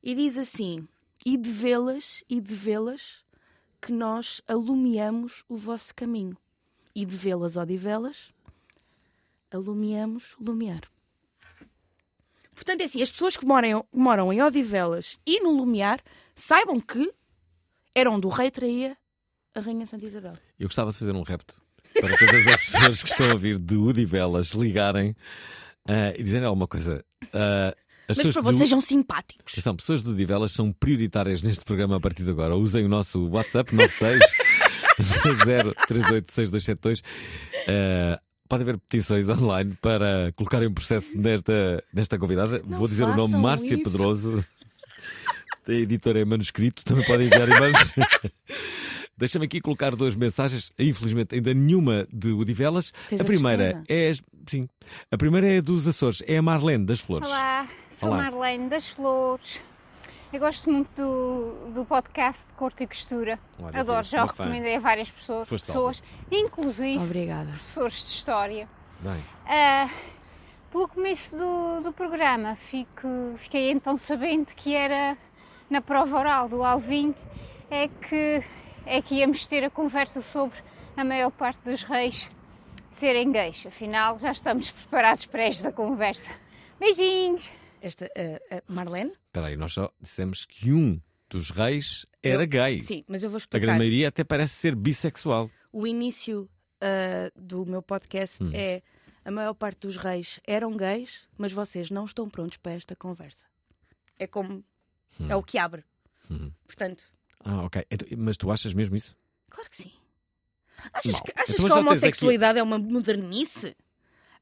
F: e diz assim: E de vê-las, e de vê-las, que nós alumiamos o vosso caminho. E de vê-las, ó de vê-las, alumiamos lumiar. Portanto, é assim, as pessoas que moram, que moram em Odivelas e no Lumiar saibam que era onde o rei traía a Rainha Santa Isabel.
E: Eu gostava de fazer um repto para todas as pessoas que estão a vir de Udivelas ligarem ah, e dizerem alguma coisa. Ah, as
F: Mas
E: pessoas
F: para
E: de U-
F: vocês são simpáticos.
E: Atenção, pessoas de Udivelas são prioritárias neste programa a partir de agora. Usem o nosso WhatsApp 96 0386272. Ah, Pode haver petições online para colocarem um processo nesta, nesta convidada.
F: Não
E: Vou dizer o nome
F: façam
E: Márcia
F: isso.
E: Pedroso. A editora em manuscrito, também podem enviar e-mails. Deixa-me aqui colocar duas mensagens, infelizmente ainda nenhuma de Udivelas.
F: Tens
E: a
F: a
E: primeira
F: certeza?
E: é sim, a primeira é dos Açores, é a Marlene das Flores.
I: Olá, sou
E: Olá.
I: Marlene das Flores. Eu gosto muito do, do podcast de Corte e Costura.
E: Olha,
I: Adoro,
E: vês,
I: já o
E: uma fã.
I: recomendei a várias pessoas,
E: Foste
I: pessoas inclusive
F: Obrigada.
I: professores de História.
E: Bem,
I: Ah, pelo começo do, do programa, fico- fiquei então sabendo que era na prova oral do Alvim é que, é que íamos ter a conversa sobre a maior parte dos reis serem gays. Afinal, já estamos preparados para esta conversa. Beijinhos!
F: Esta, a- a Marlene?
E: espera aí, nós só dissemos que um dos reis era
F: Eu-
E: gay.
F: Sim, mas eu vou
E: A
F: explicar.
E: grande maioria até parece ser bissexual.
F: o início ah, do meu podcast
E: Hum.
F: é a maior parte dos reis eram gays, mas vocês não estão prontos para esta conversa. É como
E: Hum.
F: é o que abre. Portanto,
E: Ah, ok. Então, Mas tu achas mesmo isso?
F: claro que sim. Achas
E: Não.
F: que, achas
E: Então,
F: que
E: já
F: a
E: tens
F: homossexualidade é uma modernice?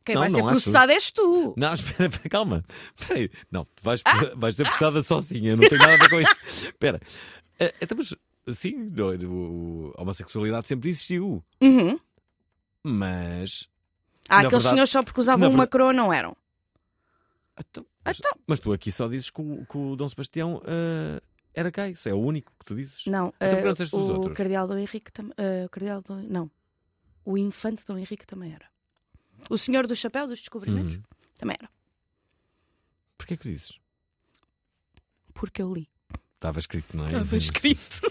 F: Quem
E: Não,
F: vai ser
E: não acho.
F: processado és tu.
E: Não, espera, espera, calma. Espera aí. Não, tu vais,
F: Ah!
E: vais ser processada sozinha, não tem nada a ver com isto. Espera. Eh, Então, mas, sim, o- o- a homossexualidade sempre existiu,
F: Uhum.
E: mas
F: Há
E: Na
F: aqueles
E: verdade-
F: senhores só porque
E: na
F: usavam
E: ver-
F: uma coroa não eram.
E: Então, mas, mas tu aqui só dizes que o, que o Dom Sebastião ah, era gay. Isso é o único que tu dizes.
F: Não,
E: Então
F: eh,
E: perguntas dos
F: o
E: outros.
F: cardeal Dom Henrique também. cardeal Dom, não. O infante Dom Henrique também era. O senhor do chapéu dos descobrimentos
E: Uhum.
F: também era.
E: Porquê que dizes?
F: Porque eu li.
E: Estava escrito, não é?
F: Estava escrito.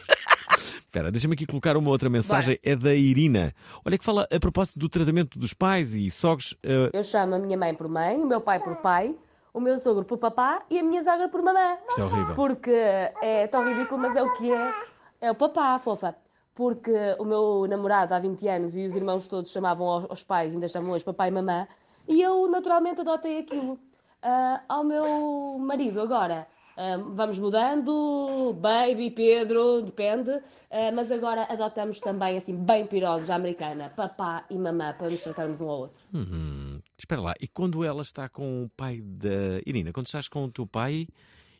E: Espera, deixa-me aqui colocar uma outra mensagem. É da Irina. Olha que fala a propósito do tratamento dos pais e sogros. ah,
J: Eu chamo a minha mãe por mãe, o meu pai por pai, o meu sogro por papá e a minha sogra por mamã.
E: Isto é horrível.
J: Porque é tão ridículo, mas é o que é. É o papá, fofa. Porque o meu namorado há 20 anos e os irmãos todos chamavam aos, aos pais, ainda chamam hoje papai e mamã, e eu naturalmente adotei aquilo. Ah, ao meu marido agora. ah, vamos mudando, baby, Pedro, depende. ah, mas agora adotamos também, assim, bem pirosos à americana, papá e mamã, para nos tratarmos um ao outro.
E: Uhum. Espera lá, e quando ela está com o pai da. Irina, quando estás com o teu pai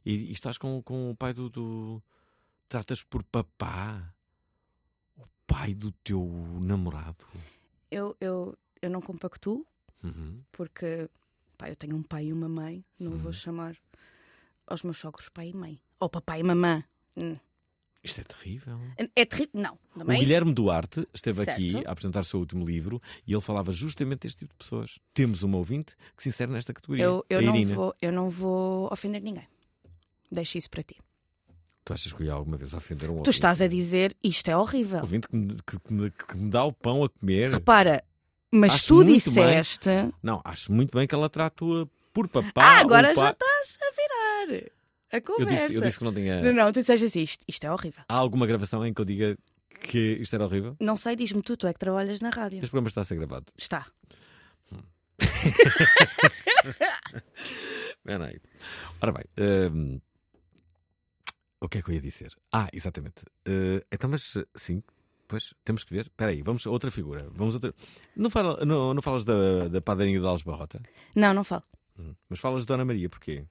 E: e, e estás com, com o pai do, do- Tratas por papá? O pai do teu namorado?
F: Eu, eu, eu não compactuo,
E: Uhum.
F: porque pá, eu tenho um pai e uma mãe, não vou chamar aos meus sogros pai e mãe. Ou papai e mamã. Hum.
E: Isto é terrível.
F: É terrível. Não, também.
E: O Guilherme Duarte esteve
F: Certo.
E: aqui a apresentar o seu último livro e ele falava justamente deste tipo de pessoas. Temos uma ouvinte que se insere nesta categoria.
F: eu, eu,
E: a
F: não
E: Irina.
F: vou, eu não vou ofender ninguém. Deixa isso para ti.
E: Tu achas que eu ia alguma vez ofender um
F: Tu
E: outro?
F: estás a dizer isto é horrível.
E: ouvinte que me, que- que me- que me dá o pão a comer?
F: Repara, mas
E: Acho
F: tu
E: muito bem.
F: disseste.
E: Não, acho muito bem que ela trata-a por papá.
F: Ah, agora
E: ou pa-
F: já estás a virar a
E: Eu
F: conversa.
E: disse, eu disse que não tinha.
F: Não, não, tu disseste assim, isto, isto é horrível.
E: Há alguma gravação em que eu diga que isto era horrível?
F: Não sei, diz-me tu, tu é que trabalhas na rádio.
E: Este programa está a ser gravado.
F: Está.
E: Espera aí. Ora bem. hum, o que é que eu ia dizer? Ah, exatamente. Eh, então, mas eh, sim, pois temos que ver. Espera aí, vamos a outra figura. Vamos a outra... não, fala, não, não falas da, da padarinha de Alves Barrota,
F: Não, não falo.
E: Hum. mas falas de Dona Maria, porquê?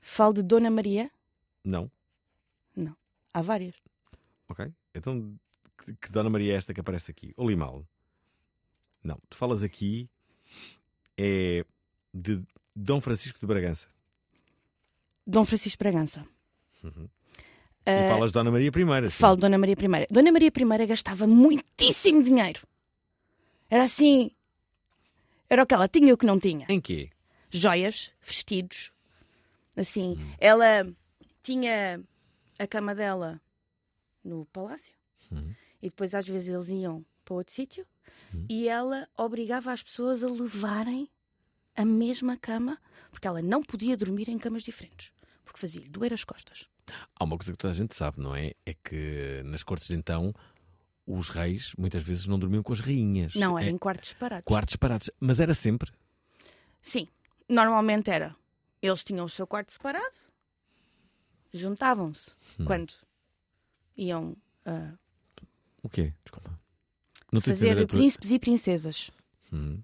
F: Falo de Dona Maria?
E: Não,
F: Não. Há várias.
E: ok? Então, que, que Dona Maria é esta que aparece aqui? Olimal. Não, tu falas aqui é de Dom Francisco de Bragança.
F: Dom Francisco Bragança.
E: Uhum.
F: Ah,
E: e falas de Dona Maria primeiro. assim.
F: Falo de Dona Maria I. Dona Maria I gastava muitíssimo dinheiro. Era assim. Era o que ela tinha e o que não tinha.
E: Em quê?
F: Joias, vestidos. Assim. Ela tinha a cama dela no palácio. E depois, às vezes, eles iam para outro sítio. E ela obrigava as pessoas a levarem a mesma cama, porque ela não podia dormir em camas diferentes. Porque fazia-lhe doer as costas.
E: Há uma coisa que toda a gente sabe, não é? É que nas cortes de então os reis muitas vezes não dormiam com as rainhas.
F: Não, era
E: É,
F: em quartos parados.
E: quartos parados. Mas era sempre.
F: Sim, normalmente era. Eles tinham o seu quarto separado, juntavam-se
E: Hum.
F: quando iam ah,
E: O quê? Desculpa. Não tenho
F: fazer
E: a tua-
F: príncipes e princesas.
E: Hum.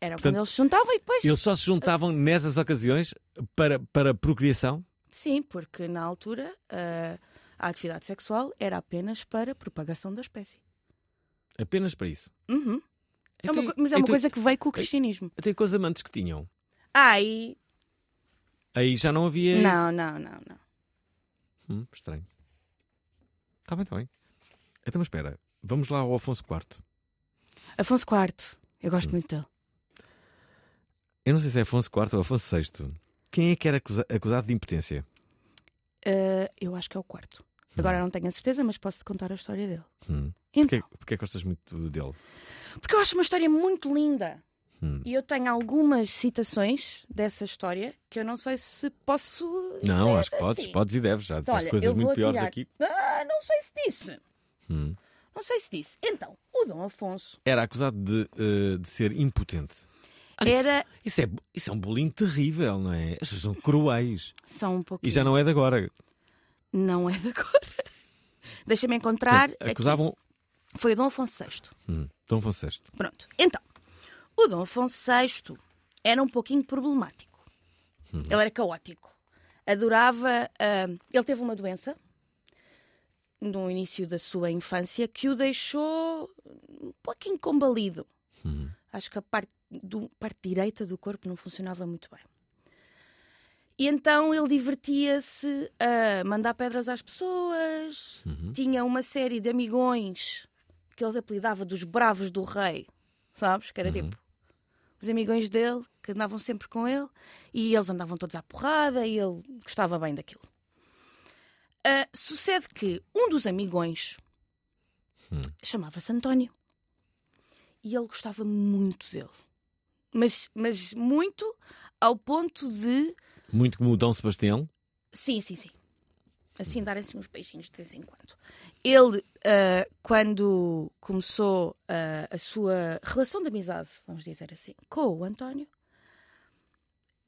F: Era
E: Portanto,
F: quando eles se juntavam e depois.
E: Eles só se juntavam nessas ocasiões para, para procriação?
F: Sim, porque na altura ah, a atividade sexual era apenas para propagação da espécie.
E: Apenas para isso.
F: Uhum. É
E: Então,
F: uma co- mas é uma
E: então-
F: coisa que veio com o cristianismo.
E: Até com os amantes que tinham.
F: Ah, e.
E: Aí já não havia É
F: não,
E: isso.
F: não, não, não.
E: Hum, estranho. Está bem, está bem. Então, mas espera. Vamos lá ao Afonso IV.
F: Afonso IV, eu gosto
E: Hum.
F: muito dele.
E: Eu não sei se é Afonso IV ou Afonso VI. Quem é que era acusa- acusado de impotência?
F: Ah, eu acho que é o quarto. Agora não tenho a certeza, mas posso-te contar a história dele.
E: Hum.
F: Então.
E: Porquê, porquê gostas muito dele?
F: Porque eu acho uma história muito linda.
E: Hum.
F: E eu tenho algumas citações dessa história que eu não sei se posso.
E: Não,
F: dizer
E: acho que podes,
F: assim.
E: podes e deves. Já
F: Então,
E: disseste
F: olha,
E: coisas
F: eu
E: muito
F: vou
E: piores
F: tirar-
E: aqui.
F: Ah, não sei se disse.
E: Hum.
F: Não sei se disse. Então, o Dom Afonso
E: Era acusado de, eh, de ser impotente. Ah,
F: Era-
E: Isso, isso é, isso é um bullying terrível, não é? As pessoas são cruéis.
F: são um
E: E
F: pouquinho.
E: já não é de agora.
F: Não é de agora. Deixa-me encontrar.
E: Portanto,
F: aqui.
E: acusavam.
F: Foi o Dom Afonso VI.
E: Hum, Dom Afonso VI.
F: Pronto. Então, o Dom Afonso VI era um pouquinho problemático. Ele era caótico. Adorava. ah, ele teve uma doença no início da sua infância que o deixou um pouquinho combalido. Acho que a parte, do, parte direita do corpo não funcionava muito bem. E então ele divertia-se a mandar pedras às pessoas, tinha uma série de amigões que ele apelidava dos Bravos do Rei, sabes? Que era tipo os amigões dele que andavam sempre com ele e eles andavam todos à porrada e ele gostava bem daquilo. Ah, sucede que um dos amigões chamava-se António e ele gostava muito dele, mas, mas muito ao ponto de
E: Muito como o Dom Sebastião.
F: Sim, sim, sim. Assim, darem-se uns beijinhos de vez em quando. Ele, ah, quando começou ah, a sua relação de amizade, vamos dizer assim, com o António,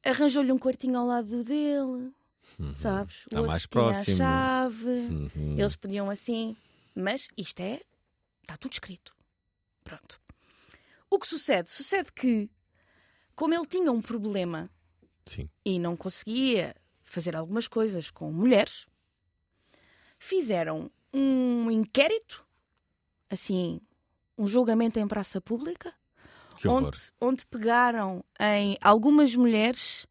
F: arranjou-lhe um quartinho ao lado dele,
E: Hum,
F: sabes?
E: Está
F: o
E: Tá
F: outro
E: mais
F: tinha
E: próximo.
F: a chave,
E: Uhum.
F: eles podiam assim, mas isto é, está tudo escrito. Pronto. O que sucede? Sucede que, como ele tinha um problema
E: Sim.
F: e não conseguia fazer algumas coisas com mulheres, fizeram um inquérito, assim, um julgamento em praça pública,
E: Que horror.
F: onde, onde pegaram em algumas mulheres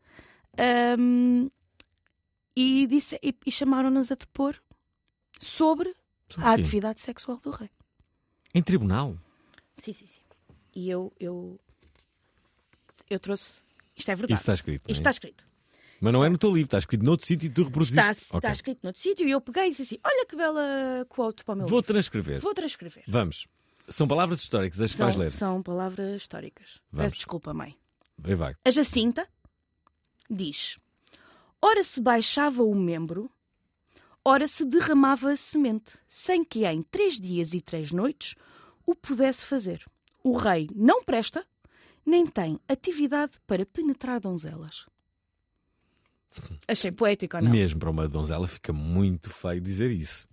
F: ahm, e, disse- e- e chamaram-nas a depor sobre
E: Sobre
F: a
E: quê?
F: atividade sexual do rei.
E: um Em tribunal.
F: Tá. Sim, sim, sim. E eu, eu, eu trouxe. Isto é verdade.
E: Isso está escrito, não é?
F: Isto está escrito.
E: Mas não é no teu livro, está escrito noutro sítio e tu reproduziste.
F: Está, está
E: Ok.
F: escrito noutro sítio e eu peguei e disse assim: Olha que bela quote para o meu
E: Vou
F: livro.
E: transcrever.
F: Vou transcrever.
E: Vamos. São palavras históricas, as que vais
F: São,
E: ler.
F: são palavras históricas.
E: Vamos.
F: Peço desculpa, mãe.
E: Aí vai.
F: A Jacinta diz: Ora se baixava o membro, ora se derramava a semente, sem que em três dias e três noites o pudesse fazer. O rei não presta, nem tem atividade para penetrar donzelas. Achei poético ou não?
E: Mesmo para uma donzela fica muito feio dizer isso.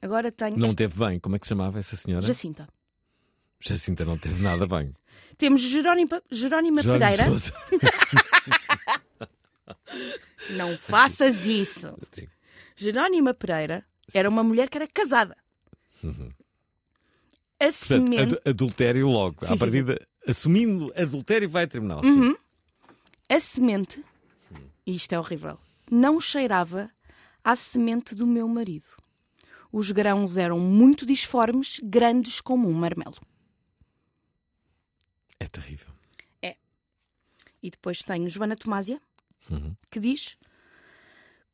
F: Agora tenho.
E: Não
F: esta-
E: teve bem. Como é que se chamava essa senhora?
F: Jacinta.
E: Jacinta não teve nada bem.
F: Temos Jerónima, Jerónima
E: Jerónimo
F: Pereira.
E: Sousa.
F: Não faças isso.
E: Sim.
F: Jerónima Pereira era uma mulher que era casada. A
E: Portanto,
F: semente,
E: adu- adultério logo.
F: Sim,
E: à
F: sim,
E: partida, assumindo adultério, vai a tribunal. sim.
F: Uhum. a semente, e isto é horrível, não cheirava à semente do meu marido. Os grãos eram muito disformes, grandes como um marmelo.
E: É terrível.
F: E depois tenho Joana Tomásia,
E: Uhum.
F: que diz: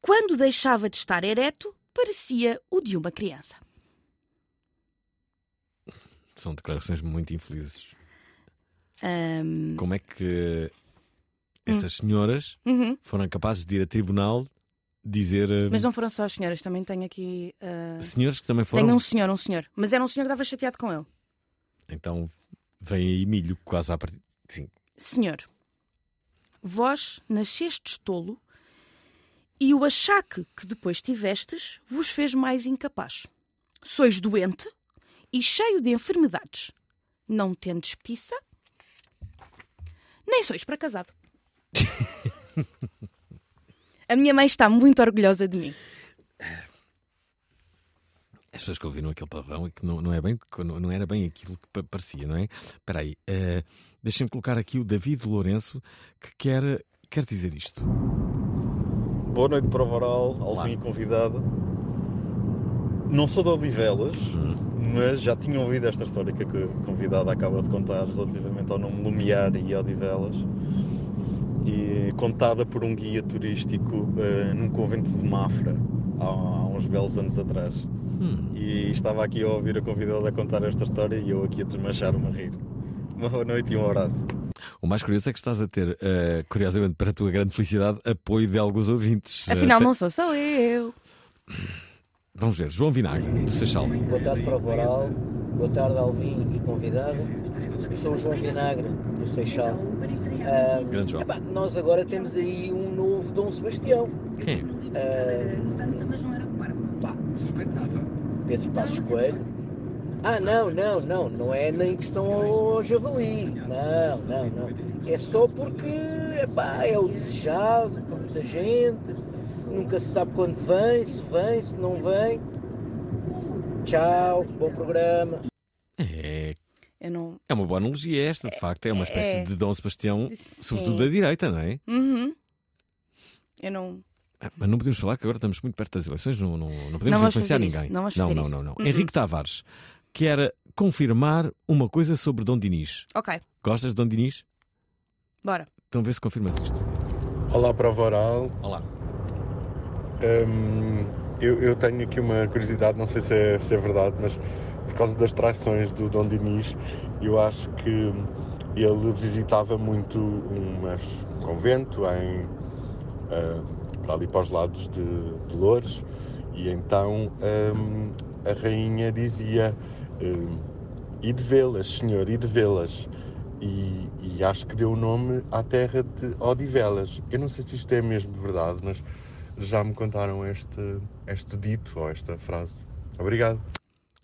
F: Quando deixava de estar ereto, parecia o de uma criança.
E: São declarações muito infelizes.
F: Ahm, Hum.
E: Como é que essas senhoras
F: Uhum.
E: foram capazes de ir a tribunal dizer. eh,
F: Mas não foram só as senhoras, também tenho aqui. ah,
E: Senhores que também foram.
F: Tenho um senhor, um senhor. Mas era um senhor que estava chateado com ele.
E: Então vem aí milho quase à partida. Sim.
F: Senhor, vós nascestes tolo e o achaque que depois tivestes vos fez mais incapaz. Sois doente e cheio de enfermidades. Não tendes pissa, nem sois para casado. A minha mãe está muito orgulhosa de mim.
E: As pessoas que ouviram aquele palavrão é que não, não, é bem, não, não era bem aquilo que pa- parecia, não é? Espera aí, eh, deixem-me colocar aqui o David Lourenço que quer, quer dizer isto.
K: Boa noite, Provaral, Alvin convidado. Não sou de Odivelas, mas já tinha ouvido esta história que a co- convidada acaba de contar relativamente ao nome Lumiar e Odivelas. E contada por um guia turístico eh, num convento de Mafra, há, há uns belos anos atrás. E estava aqui a ouvir a convidada a contar esta história e eu aqui a desmanchar-me a rir. Uma boa noite e um abraço.
E: O mais curioso é que estás a ter, eh, curiosamente, para a tua grande felicidade, apoio de alguns ouvintes.
F: Afinal,
E: Eh,
F: não sou só eu.
E: Vamos ver, João Vinagre, do Seixal.
L: Boa tarde para o Voral, boa tarde Alvin e convidado. Eu sou o João Vinagre, do Seixal. Ah,
E: Grande João.
L: epá, nós agora temos aí um novo Dom Sebastião.
E: Quem?
L: Ah, pá, Pedro Passos Coelho. Ah, não, não, não, não é nem questão ao javali. Não, não, não. É só porque epá, é o desejado por muita gente. Nunca se sabe quando vem, se vem, se não vem. Tchau, bom programa.
E: É,
F: Eu não.
E: é uma boa analogia esta, de facto. É uma espécie
F: é.
E: de Dom Sebastião,
F: Sim.
E: sobretudo da direita, não é?
F: Uhum. Eu não.
E: Ah, Mas não podemos falar que agora estamos muito perto das eleições, não, não, não
F: Não
E: podemos
F: vamos
E: influenciar
F: fazer isso,
E: ninguém.
F: não vamos
E: não,
F: fazer
E: não,
F: isso. Uhum.
E: não, não.
F: Mm-mm.
E: Henrique Tavares quer confirmar uma coisa sobre Dom Dinis.
F: Ok,
E: Gostas de Dom Dinis?
F: bora.
E: Então vê se confirmas isto.
M: Olá, Prova Oral.
E: Olá.
M: eu, eu tenho aqui uma curiosidade, não sei se é, se é verdade, mas por causa das traições do Dom Dinis, eu acho que ele visitava muito umas- um convento em, ah, para ali para os lados de, de Loures e então hum, a rainha dizia hum, "Ide vê-las, senhor, ide vê-las e, e acho que deu o nome à terra de Odivelas. Eu não sei se isto é mesmo verdade, mas já me contaram este, este dito ou esta frase. Obrigado.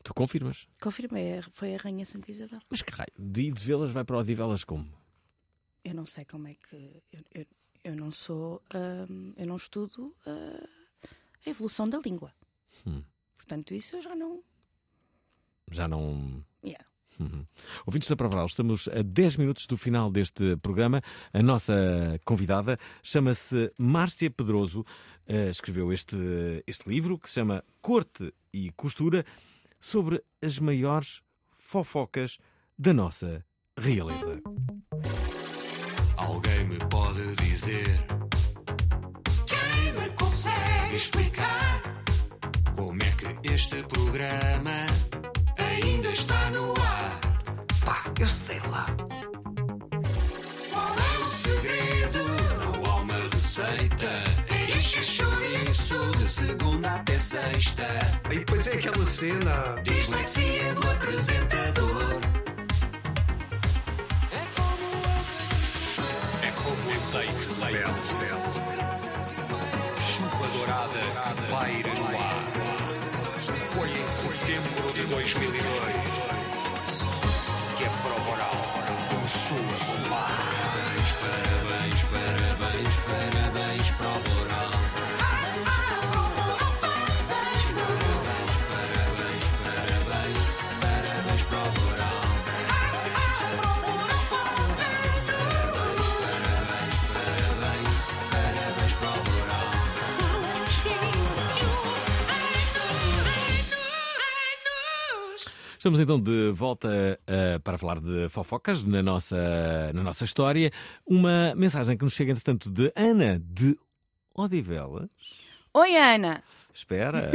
E: Tu confirmas.
F: Confirmei, é- foi a Rainha Santa Isabel.
E: Mas que raio? De Velas vai para Odivelas como?
F: Eu não sei como é que. Eu, eu, eu não sou. hum, eu não estudo ah, a evolução da língua.
E: Hum.
F: Portanto, isso eu já não.
E: Já não.
F: Yeah.
E: Uhum. Ouvintes da Provaral, estamos a 10 minutos do final deste programa. A nossa convidada chama-se Márcia Pedroso. eh, escreveu este, este livro que se chama Corte e Costura sobre as maiores fofocas da nossa realeza.
N: Alguém me pode dizer? Quem me consegue explicar? Como é que este programa ainda está no ar? Pá, eu sei lá. Qual é o segredo? Não há uma receita. É enche chouriço de segunda até sexta. E depois é aquela cena. Dislexia do apresentador.
O: É como azeite da belo, Chuva dourada que paira no ar. Foi em setembro de 2002 que a prova oral começou a bombar. Parabéns, parabéns, parabéns, prova oral.
D: é
E: Estamos então de volta eh, para falar de fofocas na nossa, na nossa história. Uma mensagem que nos chega, entretanto, de Ana de Odivelas.
F: Oi, Ana!
E: Espera.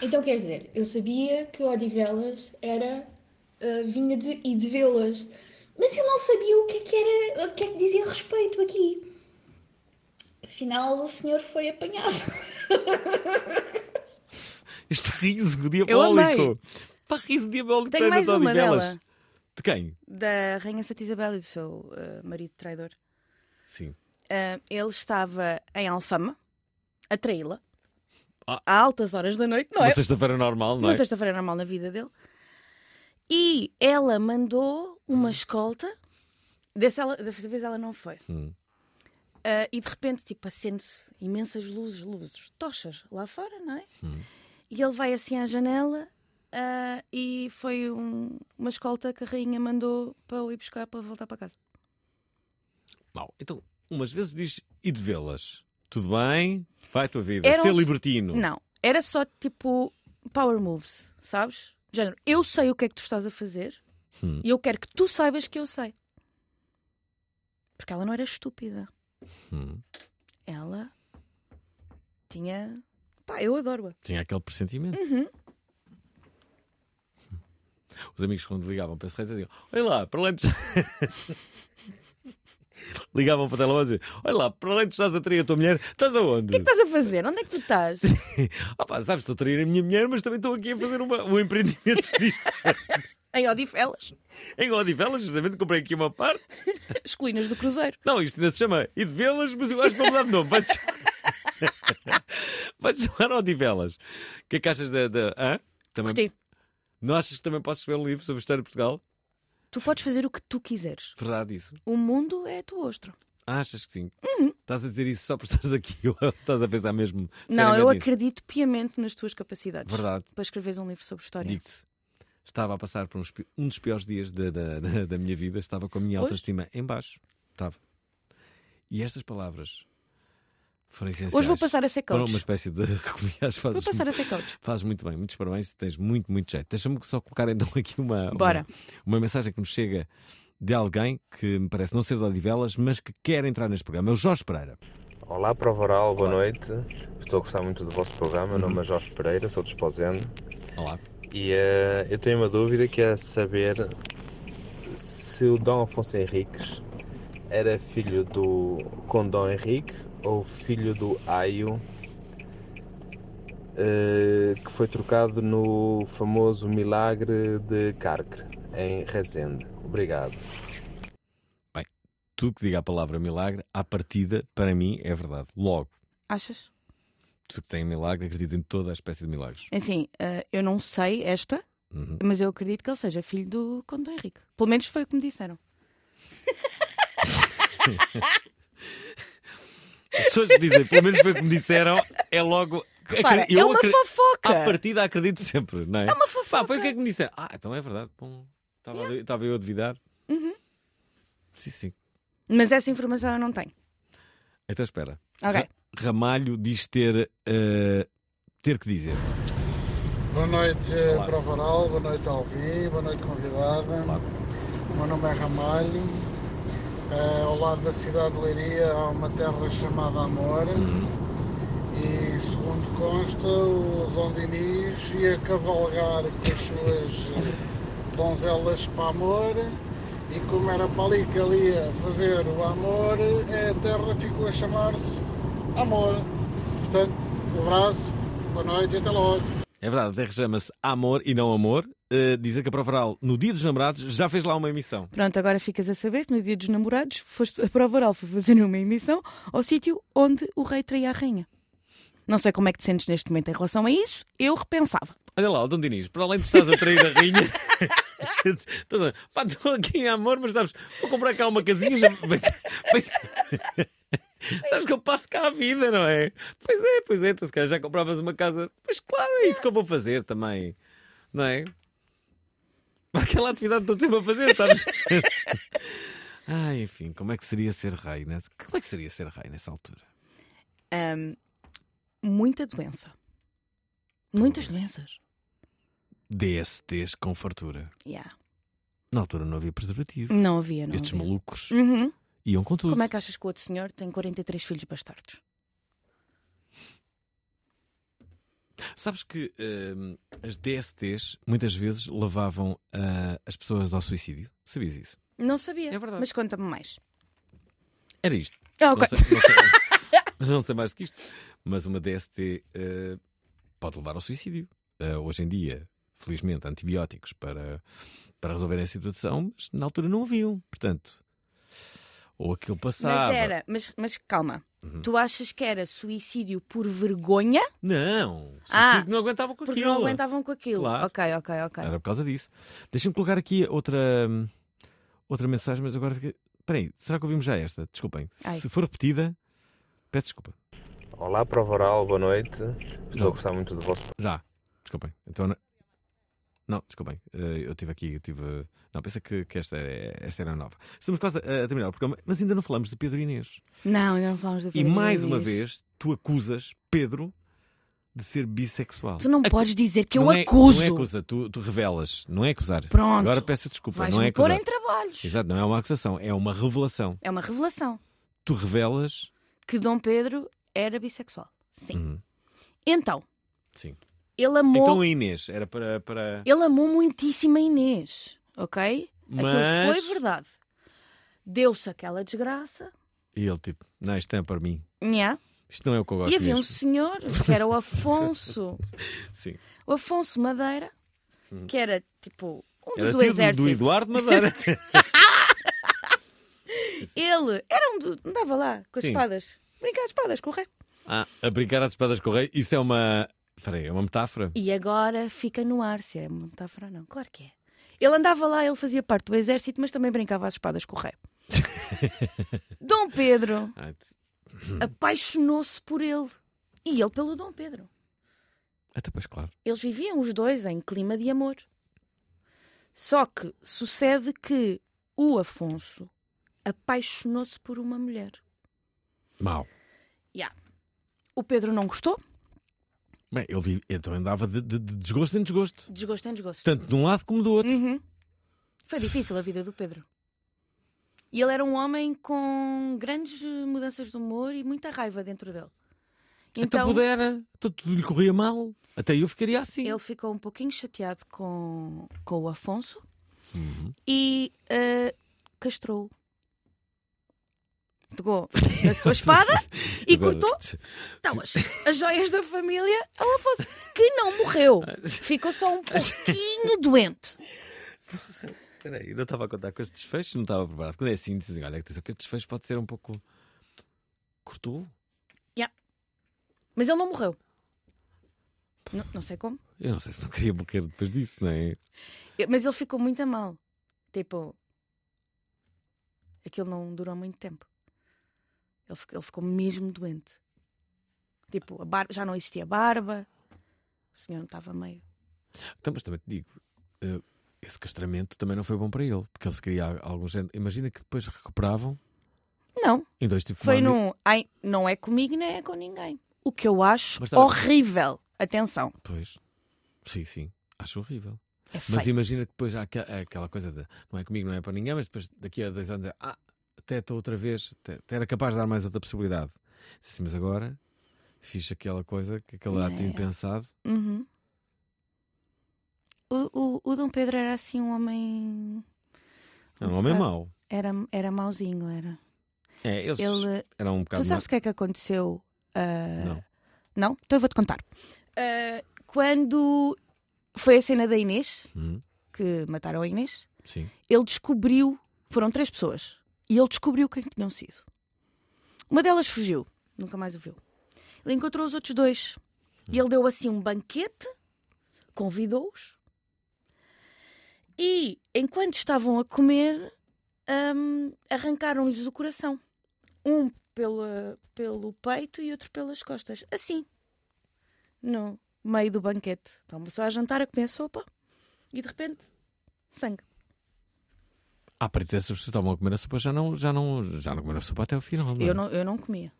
P: Então quer dizer, eu sabia que Odivelas era ah, vinha de e de vê-las, mas eu não sabia o que é que era, o que é que dizia respeito aqui. Afinal, o senhor foi apanhado.
E: este riso
F: Eu amei.
E: diabólico. Pá, riso diabólico
F: Tenho
E: para
F: mais
E: Ana de
F: uma
E: Odivelas.
F: dela.
E: De quem?
F: Da Rainha Santa Isabel e do seu ah, marido traidor.
E: Sim.
F: Ah, ele estava em Alfama a traí-la
E: Ah.
F: a altas horas da noite, não
E: Uma
F: é?
E: sexta-feira normal, não
F: Uma
E: é?
F: sexta-feira normal na vida dele. E ela mandou uma escolta. Dessa, ela, dessa vez ela não foi.
E: Hum.
F: Ah, e de repente, tipo, acende-se imensas luzes, luzes, tochas lá fora, não é?
E: Hum.
F: E ele vai assim à janela ah, e foi um- uma escolta que a rainha mandou para o ir buscar para voltar para casa.
E: Mal. Então, umas vezes diz e de vê-las. Tudo bem? Vai a tua vida.
F: Era
E: Ser
F: um-
E: libertino.
F: Não, era só tipo power moves, sabes? De Género, eu sei o que é que tu estás a fazer
E: Hum.
F: e eu quero que tu saibas que eu sei. Porque ela não era estúpida.
E: Hum.
F: Ela tinha. Pá, eu adoro-a.
E: Tinha aquele pressentimento.
F: Uhum.
E: Os amigos, quando ligavam para esse rei, diziam: Olha lá, para onde Ligavam para o telemóvel e diziam: Olha lá, para onde estás a trair a tua mulher? Estás aonde?
F: O que estás a fazer? Onde é que tu estás?
E: Ah, pá, sabes, estou a trair a minha mulher, mas também estou aqui a fazer uma, um empreendimento disto.
F: em Odivelas.
E: em Odivelas, justamente comprei aqui uma parte.
F: As colinas do Cruzeiro.
E: Não, isto ainda se chama E de Velas, mas eu acho que vou mudar de nome. Vai-se chamar- Vai-se chamar Odivelas. O que é que achas da. da... Hã? Também...
F: Curti.
E: Não achas que também posso escrever um livro sobre a história de Portugal?
F: Tu podes fazer o que tu quiseres.
E: Verdade, isso.
F: O mundo é tu ostro.
E: Achas que sim?
F: Uhum.
E: Estás a dizer isso só por estares aqui ou estás a pensar mesmo?
F: Não, eu
E: seriamente nisso?
F: acredito piamente nas tuas capacidades.
E: Verdade.
F: Para escreveres um livro sobre história.
E: Digo-te. Estava a passar por uns pi- um dos piores dias da, da- da- da minha vida. Estava com a minha
F: Pois.
E: autoestima em baixo. Estava. E estas palavras Foram essenciais.
F: Hoje vou passar a ser coach.
E: Para uma espécie de recomendações. Fazes um
F: passar
E: mu-
F: a ser coach.
E: Fazes muito bem, muitos parabéns, tens muito, muito jeito. Deixa-me só colocar então aqui uma,
F: Bora.
E: uma, uma mensagem que nos chega de alguém que me parece não ser de Odivelas, mas que quer entrar neste programa. É o Jorge Pereira.
Q: Olá, Provaral, boa noite. Estou a gostar muito do vosso programa. Meu nome é Jorge Pereira, sou de Esposende.
E: Uhum. Olá.
Q: E eh, eu tenho uma dúvida que é saber se o Dom Afonso Henriques era filho do Condom Henrique ou filho do Aio eh, que foi trocado no famoso milagre de Carcre, em Rezende. Obrigado.
E: Tudo que diga a palavra milagre, à partida, para mim, é verdade. Logo,
F: Achas?
E: tudo que tem milagre, acredito em toda a espécie de milagres.
F: Assim, eh, eu não sei esta,
E: Uhum.
F: mas eu acredito que ele seja filho do Conde Henrique. Pelo menos foi o que me disseram.
E: As pessoas que dizem, pelo menos foi o que me disseram, é logo.
F: Repara,
E: acre- eu
F: é uma
E: acre- Ah,
F: fofoca.
E: À partida acredito sempre, não é? É
F: uma fofoca.
E: Pá, foi o que é que me disseram. Ah, então é verdade. Bom, estava eu- estava eu a duvidar.
F: Uhum.
E: Sim, sim.
F: Mas essa informação eu não tenho.
E: Então espera.
F: Ok.
E: Ra- Ramalho diz ter. eh, ter que dizer.
R: Boa noite,
E: Olá.
R: Provaral, boa noite, Alvim, boa noite, convidada. O meu nome é Ramalho. Eh, ao lado da cidade de Leiria há uma terra chamada Amor. E, segundo consta, o Dom Dinis ia cavalgar com as suas eh, donzelas para Amor. E como era para ali que ele ia fazer o amor, eh, a terra ficou a chamar-se Amor. Portanto, um abraço, boa noite e até logo.
E: É verdade, a terra chama-se Amor e não Amor. Eh, dizer que a Provaral, no dia dos namorados, já fez lá uma emissão.
F: Pronto, agora ficas a saber que no dia dos namorados foste a Prova Oral foi fazer uma emissão ao sítio onde o rei traía a rainha. Não sei como é que te sentes neste momento em relação a isso, eu repensava.
E: Olha lá, o Dom Dinis, para além de estás a trair a rainha. estás a- pá, estou aqui em amor, mas sabes, vou comprar cá uma casinha. Já... vem- vem- sabes que eu passo cá a vida, não é? Pois é, pois é, tu se calhar já compravas uma casa. Pois claro, é isso que eu vou fazer também, não é? Para aquela atividade que estou sempre a fazer, sabes? ah, enfim, como é que seria ser rei, né? Como é que seria ser rei nessa altura?
F: Ahm, muita doença. Muitas doenças.
E: DSTs com fartura.
F: Yeah.
E: Na altura não havia preservativo.
F: Não havia, não
E: Estes
F: havia.
E: malucos
F: Uhum.
E: iam com tudo.
F: Como é que achas que o outro senhor tem 43 filhos bastardos?
E: Sabes que hum, as DSTs muitas vezes levavam ah, as pessoas ao suicídio? Sabias isso?
F: Não sabia. É verdade. Mas conta-me mais.
E: Era isto.
F: Ah, ok.
E: não, sei, não sei- não sei mais do que isto. Mas uma DST ah, pode levar ao suicídio. Ah, hoje em dia, felizmente, há antibióticos para, para resolverem a situação, mas na altura não haviam. Portanto, ou aquilo passava.
F: Mas era, mas, mas calma.
E: Uhum.
F: Tu achas que era suicídio por vergonha?
E: Não! o
F: Ah,
E: suicídio não aguentava com
F: Porque
E: aquilo.
F: não aguentavam com aquilo.
E: Claro.
F: Ok, ok, ok.
E: Era por causa disso. Deixa-me colocar aqui outra, hum, outra mensagem, mas agora fica. Espera aí, será que ouvimos já esta? Desculpem.
F: Ai.
E: Se for repetida, peço desculpa.
Q: Olá, Provaral, boa noite. Estou a gostar muito do vosso
E: Já. Desculpem. Então. Não, não, desculpem. Eh, Eu tive aqui. Eu tive... Não, pensa que, que esta, é- esta era nova. Estamos quase a, a terminar o programa, mas ainda não falamos de Pedro Inês.
F: Não, não vamos da
E: E
F: Pedro
E: mais uma
F: Inês.
E: vez, tu acusas Pedro de ser bissexual.
F: Tu não
E: Acu-
F: podes dizer que eu
E: Não é-
F: acuso.
E: Não é acusa, tu, tu revelas. Não é acusar.
F: Pronto.
E: Agora peço desculpa.
F: Vais
E: não é
F: me pôr
E: acusar.
F: em trabalhos.
E: Exato, não é uma acusação, é uma revelação.
F: É uma revelação
E: Tu revelas.
F: que Dom Pedro era bissexual. Sim.
E: Uhum,
F: Então,
E: sim.
F: ele amou,
E: Então a Inês era para. para...
F: ele amou muitíssimo a Inês, ok? Aquilo
E: Mas-
F: foi verdade. Deu-se aquela desgraça,
E: E ele tipo, não, isto não é para mim.
F: nhá.
E: Isto não é o que eu gosto
F: E havia um
E: mesmo.
F: senhor que era o Afonso,
E: Sim.
F: o Afonso Madeira,
E: Hum.
F: que era tipo um dos
E: Era
F: do
E: tio
F: exército.
E: do Eduardo Madeira.
F: Ele era um do. andava lá com as
E: Sim.
F: espadas. Brincar de espadas, com o rei.
E: ah, a brincar às espadas com o rei, isso é uma. Peraí, é uma metáfora?
F: E agora fica no ar, se é uma metáfora ou não. Claro que é. Ele andava lá, ele fazia parte do exército, mas também brincava às espadas com o rei. Dom Pedro
E: Ai, t-
F: apaixonou-se por ele. E ele pelo Dom Pedro.
E: Até então, pois, claro.
F: Eles viviam os dois em clima de amor. Só que sucede que o Afonso apaixonou-se por uma mulher.
E: Mau.
F: Ya. O Pedro não gostou,
E: Bem, ele vi- então andava de, de- de desgosto em desgosto.
F: desgosto em desgosto.
E: Tanto de um lado como do outro.
F: Uhum. Foi difícil a vida do Pedro. E ele era um homem com grandes eh, mudanças de humor e muita raiva dentro dele.
E: Então, pudera, tu- tudo lhe corria mal. Até eu ficaria assim.
F: Ele ficou um pouquinho chateado com, com o Afonso e eh, castrou-o. Pegou a sua espada e
E: Agora-
F: cortou então, as, as joias da família ao Afonso, que não morreu. Ficou só um pouquinho doente.
E: Peraí, eu não estava a contar com esse desfecho, não estava preparado. Quando é assim, dizem, olha, atenção, que este desfecho pode ser um pouco. Cortou?
F: Yeah. Mas ele não morreu. Não, não sei como.
E: Eu não sei se não queria morrer depois disso, não é?
F: Mas ele ficou muito a mal. Tipo, aquilo não durou muito tempo. Ele ficou, ele ficou mesmo doente. Tipo, a barba, já não existia barba. O senhor não estava meio.
E: Então, mas também te digo, eh, esse castramento também não foi bom para ele, porque ele se queria a- algum género. Imagina que depois recuperavam
F: Não.
E: em dois tipos
F: Foi
E: de
F: num. Ai, não é comigo nem é com ninguém. O que eu acho
E: Mas tá-
F: horrível. Atenção.
E: Pois. Sim, sim. Acho horrível.
F: É
E: mas
F: feio.
E: imagina que depois há aqua- aquela coisa de não é comigo, não é para ninguém, mas depois daqui a dois anos é ah, até estou outra vez, até, até era capaz de dar mais outra possibilidade. Diz Assim, mas agora fiz aquela coisa, que aquele ato
F: É.
E: impensado.
F: Uhum. O, o, o Dom Pedro era assim um homem.
E: Era um homem
F: bocado-
E: mau.
F: Era, era mauzinho, era.
E: É, eles eram um bocado
F: Tu sabes
E: ma-
F: o que é que aconteceu? ah,
E: Não.
F: Não? Então eu vou-te contar. Ah, quando foi a cena da Inês,
E: Hum.
F: que mataram a Inês,
E: Sim.
F: ele descobriu. Foram três pessoas. E ele descobriu quem tinham sido. Uma delas fugiu, nunca mais o viu. Ele encontrou os outros dois. E ele deu assim um banquete, convidou-os. E enquanto estavam a comer, hum, arrancaram-lhes o coração. Um pela, pelo peito e outro pelas costas. Assim. No meio do banquete. Então, uma pessoa a jantar, a comer sopa. E de repente, sangue.
E: À partida, essas pessoas estavam a comer a sopa, já não, já não, já não comeram a sopa até o final. Não é?
F: Eu não, eu não comia.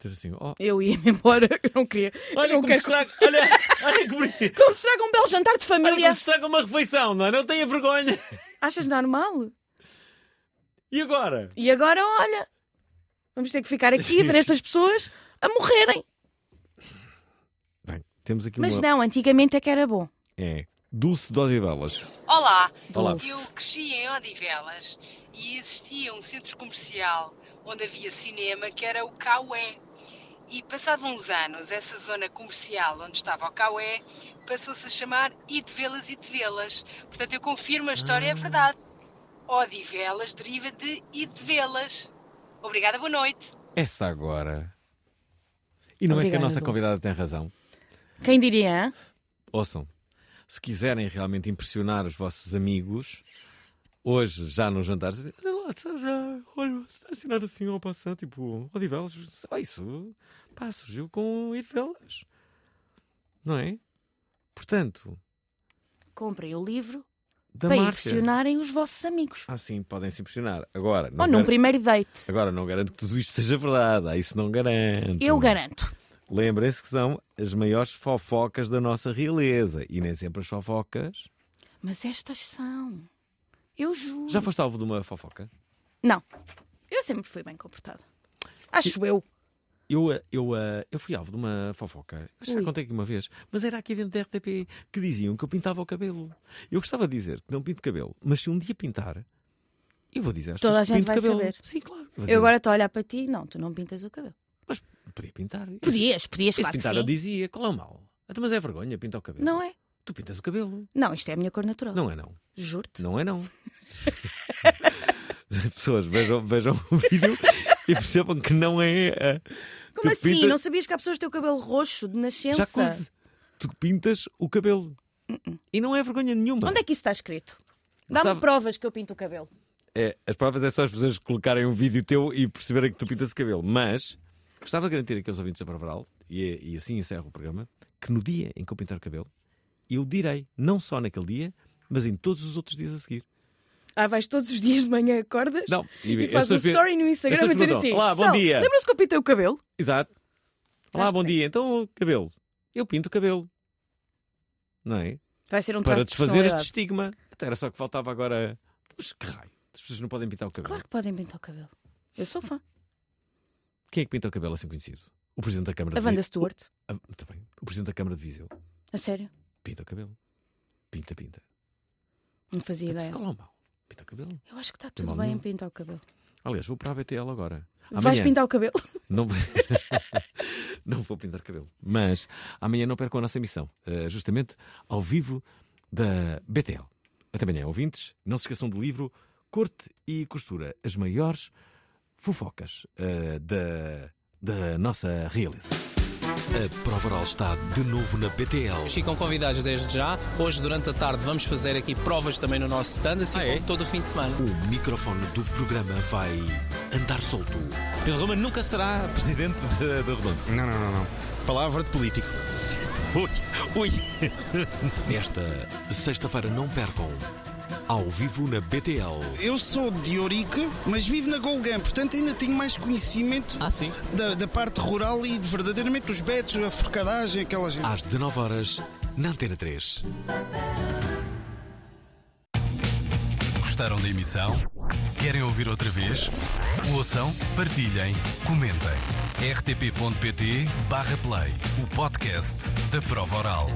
E: Diz assim, ó,
F: Eu ia-me embora, eu não queria.
E: Olha
F: eu não
E: como
F: quero...
E: estraga- olha, olha que bonito.
F: Como estraga um belo jantar de família.
E: Olha como se estraga uma refeição, não é? Não tenha vergonha.
F: Achas normal?
E: E agora?
F: E agora, olha, vamos ter que ficar aqui
E: Sim.
F: ver estas pessoas a morrerem.
E: Bem, temos aqui
F: Mas
E: uma...
F: não, antigamente é que era bom.
E: É, Dulce de Odivelas.
S: Olá.
E: Olá.
S: eu cresci em Odivelas e existia um centro comercial onde havia cinema que era o Caué. E passados uns anos, essa zona comercial onde estava o Caué passou-se a chamar Idevelas e Idevelas. Portanto, eu confirmo a história,
E: Ah.
S: é verdade. Odivelas deriva de Idevelas. Obrigada, boa noite.
E: Essa agora. E não é que
F: Obrigada,
E: a nossa
F: Dulce.
E: convidada tem razão.
F: Quem diria? hã?
E: Ouçam, se quiserem realmente impressionar os vossos amigos, hoje, já nos jantares, dizem, olha lá, está já, olha, está a assinar assim ao passar, tipo, Odivelas, olha isso, pá, surgiu com Idevelas. Não é? Portanto,
F: Comprem o livro
E: Da
F: para
E: Márcia.
F: impressionarem os vossos amigos.
E: assim podem se impressionar. Agora,
F: Ou num
E: gar-
F: primeiro date.
E: Agora, não garanto que tudo isto seja verdade. Ah, Isso não garanto.
F: Eu garanto.
E: Lembrem-se que são as maiores fofocas da nossa realeza. E nem sempre as fofocas.
F: Mas estas são. Eu juro.
E: Já foste alvo de uma fofoca?
F: Não. Eu sempre fui bem comportada. Acho eu.
E: Eu, eh, eu, eh, eu fui alvo de uma fofoca. Eu já
F: Ui.
E: contei aqui uma vez. Mas era aqui dentro da RTP que diziam que eu pintava o cabelo. Eu gostava de dizer que não pinto cabelo. Mas se um dia pintar, eu vou dizer às
F: Toda a
E: pessoas que
F: gente
E: pinto
F: vai
E: cabelo.
F: saber.
E: Sim, claro. Vou dizer,
F: Eu agora estou a olhar para ti. Não, tu não pintas o cabelo.
E: Podia pintar.
F: Podias, podias,
E: Esse
F: claro que
E: pintar
F: sim.
E: eu dizia. Qual é o mal? Então, mas é vergonha pintar o cabelo.
F: Não é?
E: Tu pintas o cabelo.
F: Não, isto é a minha cor natural.
E: Não é não.
F: Juro-te.
E: Não é não. As pessoas vejam, vejam o vídeo e percebam que não é. eh, tu
F: Como assim?
E: pintas-
F: Não sabias que há pessoas que têm o cabelo roxo de nascença?
E: Jacuzzi. Tu pintas o cabelo. E não é vergonha nenhuma.
F: Uh-uh. Onde é que isso está escrito? Dá-me
E: Gostava-
F: provas que eu pinto o cabelo.
E: É, as provas é só as pessoas colocarem um vídeo teu e perceberem que tu pintas o cabelo. Mas gostava de garantir aqui aos ouvintes da Parvaral, e, e assim encerro o programa, que no dia em que eu pintar o cabelo, eu direi, não só naquele dia, mas em todos os outros dias a seguir.
F: Ah, vais todos os dias de manhã, acordas?
E: Não,
F: E,
E: e-
F: faz um
E: as pessoas pe-
F: story no
E: as
F: Instagram
E: pessoas
F: a dizer
E: perguntam,
F: assim:
E: "Olá, bom
F: "Pessoal,
E: dia."
F: Lembram-se que eu pintei o cabelo?
E: Exato. Olá,
F: Acho
E: bom
F: que
E: dia. Então, cabelo. Eu pinto o cabelo. Não é?
F: Vai ser um
E: Para
F: traço de
E: desfazer este
F: personalidade.
E: estigma. Até era só que faltava agora. Mas que raio. As pessoas não podem pintar o cabelo.
F: Claro que podem pintar o cabelo. Eu sou fã.
E: Quem é que pinta o cabelo assim conhecido? O Presidente da Câmara
F: A
E: de
F: Wanda
E: Vi-
F: Stewart.
E: O... a- tá bem. O Presidente da Câmara de Viseu.
F: A sério.
E: Pinta o cabelo. Pinta, pinta.
F: Não fazia ideia.
E: um Pinta o cabelo.
F: Eu acho que está
E: Tem
F: tudo
E: mal
F: bem em
E: nenhum.
F: pintar o cabelo.
E: Aliás, vou para a BTL agora.
F: Vais
E: Amanhã-
F: pintar o cabelo?
E: Não, vou- não vou pintar cabelo. Mas amanhã não percam a nossa emissão, eh, justamente ao vivo da BTL. Até amanhã, ouvintes. Não se esqueçam do livro Corte e Costura As Maiores Fofocas eh, da, da nossa realeza.
T: A Provaral está de novo na BTL.
U: Ficam convidados desde já. Hoje, durante a tarde, vamos fazer aqui provas também no nosso stand,
V: Ah,
U: assim
V: é?
U: como todo o fim de semana.
T: O microfone do programa vai andar solto.
V: Pedro Roma nunca será presidente da Redondo. Não, não, não, não. Palavra de político. Ui, ui.
T: Nesta sexta-feira não percam. Ao vivo na BTL.
R: Eu sou de Ourique, mas vivo na Golgã, portanto ainda tenho mais conhecimento
U: Ah,
R: da, da parte rural e de verdadeiramente dos betos, a forcadagem, aquela gente.
T: Às 19 horas na Antena 3.
W: Gostaram da emissão? Querem ouvir outra vez? Ouçam, partilhem, comentem. rtp.pt/play o podcast da prova oral.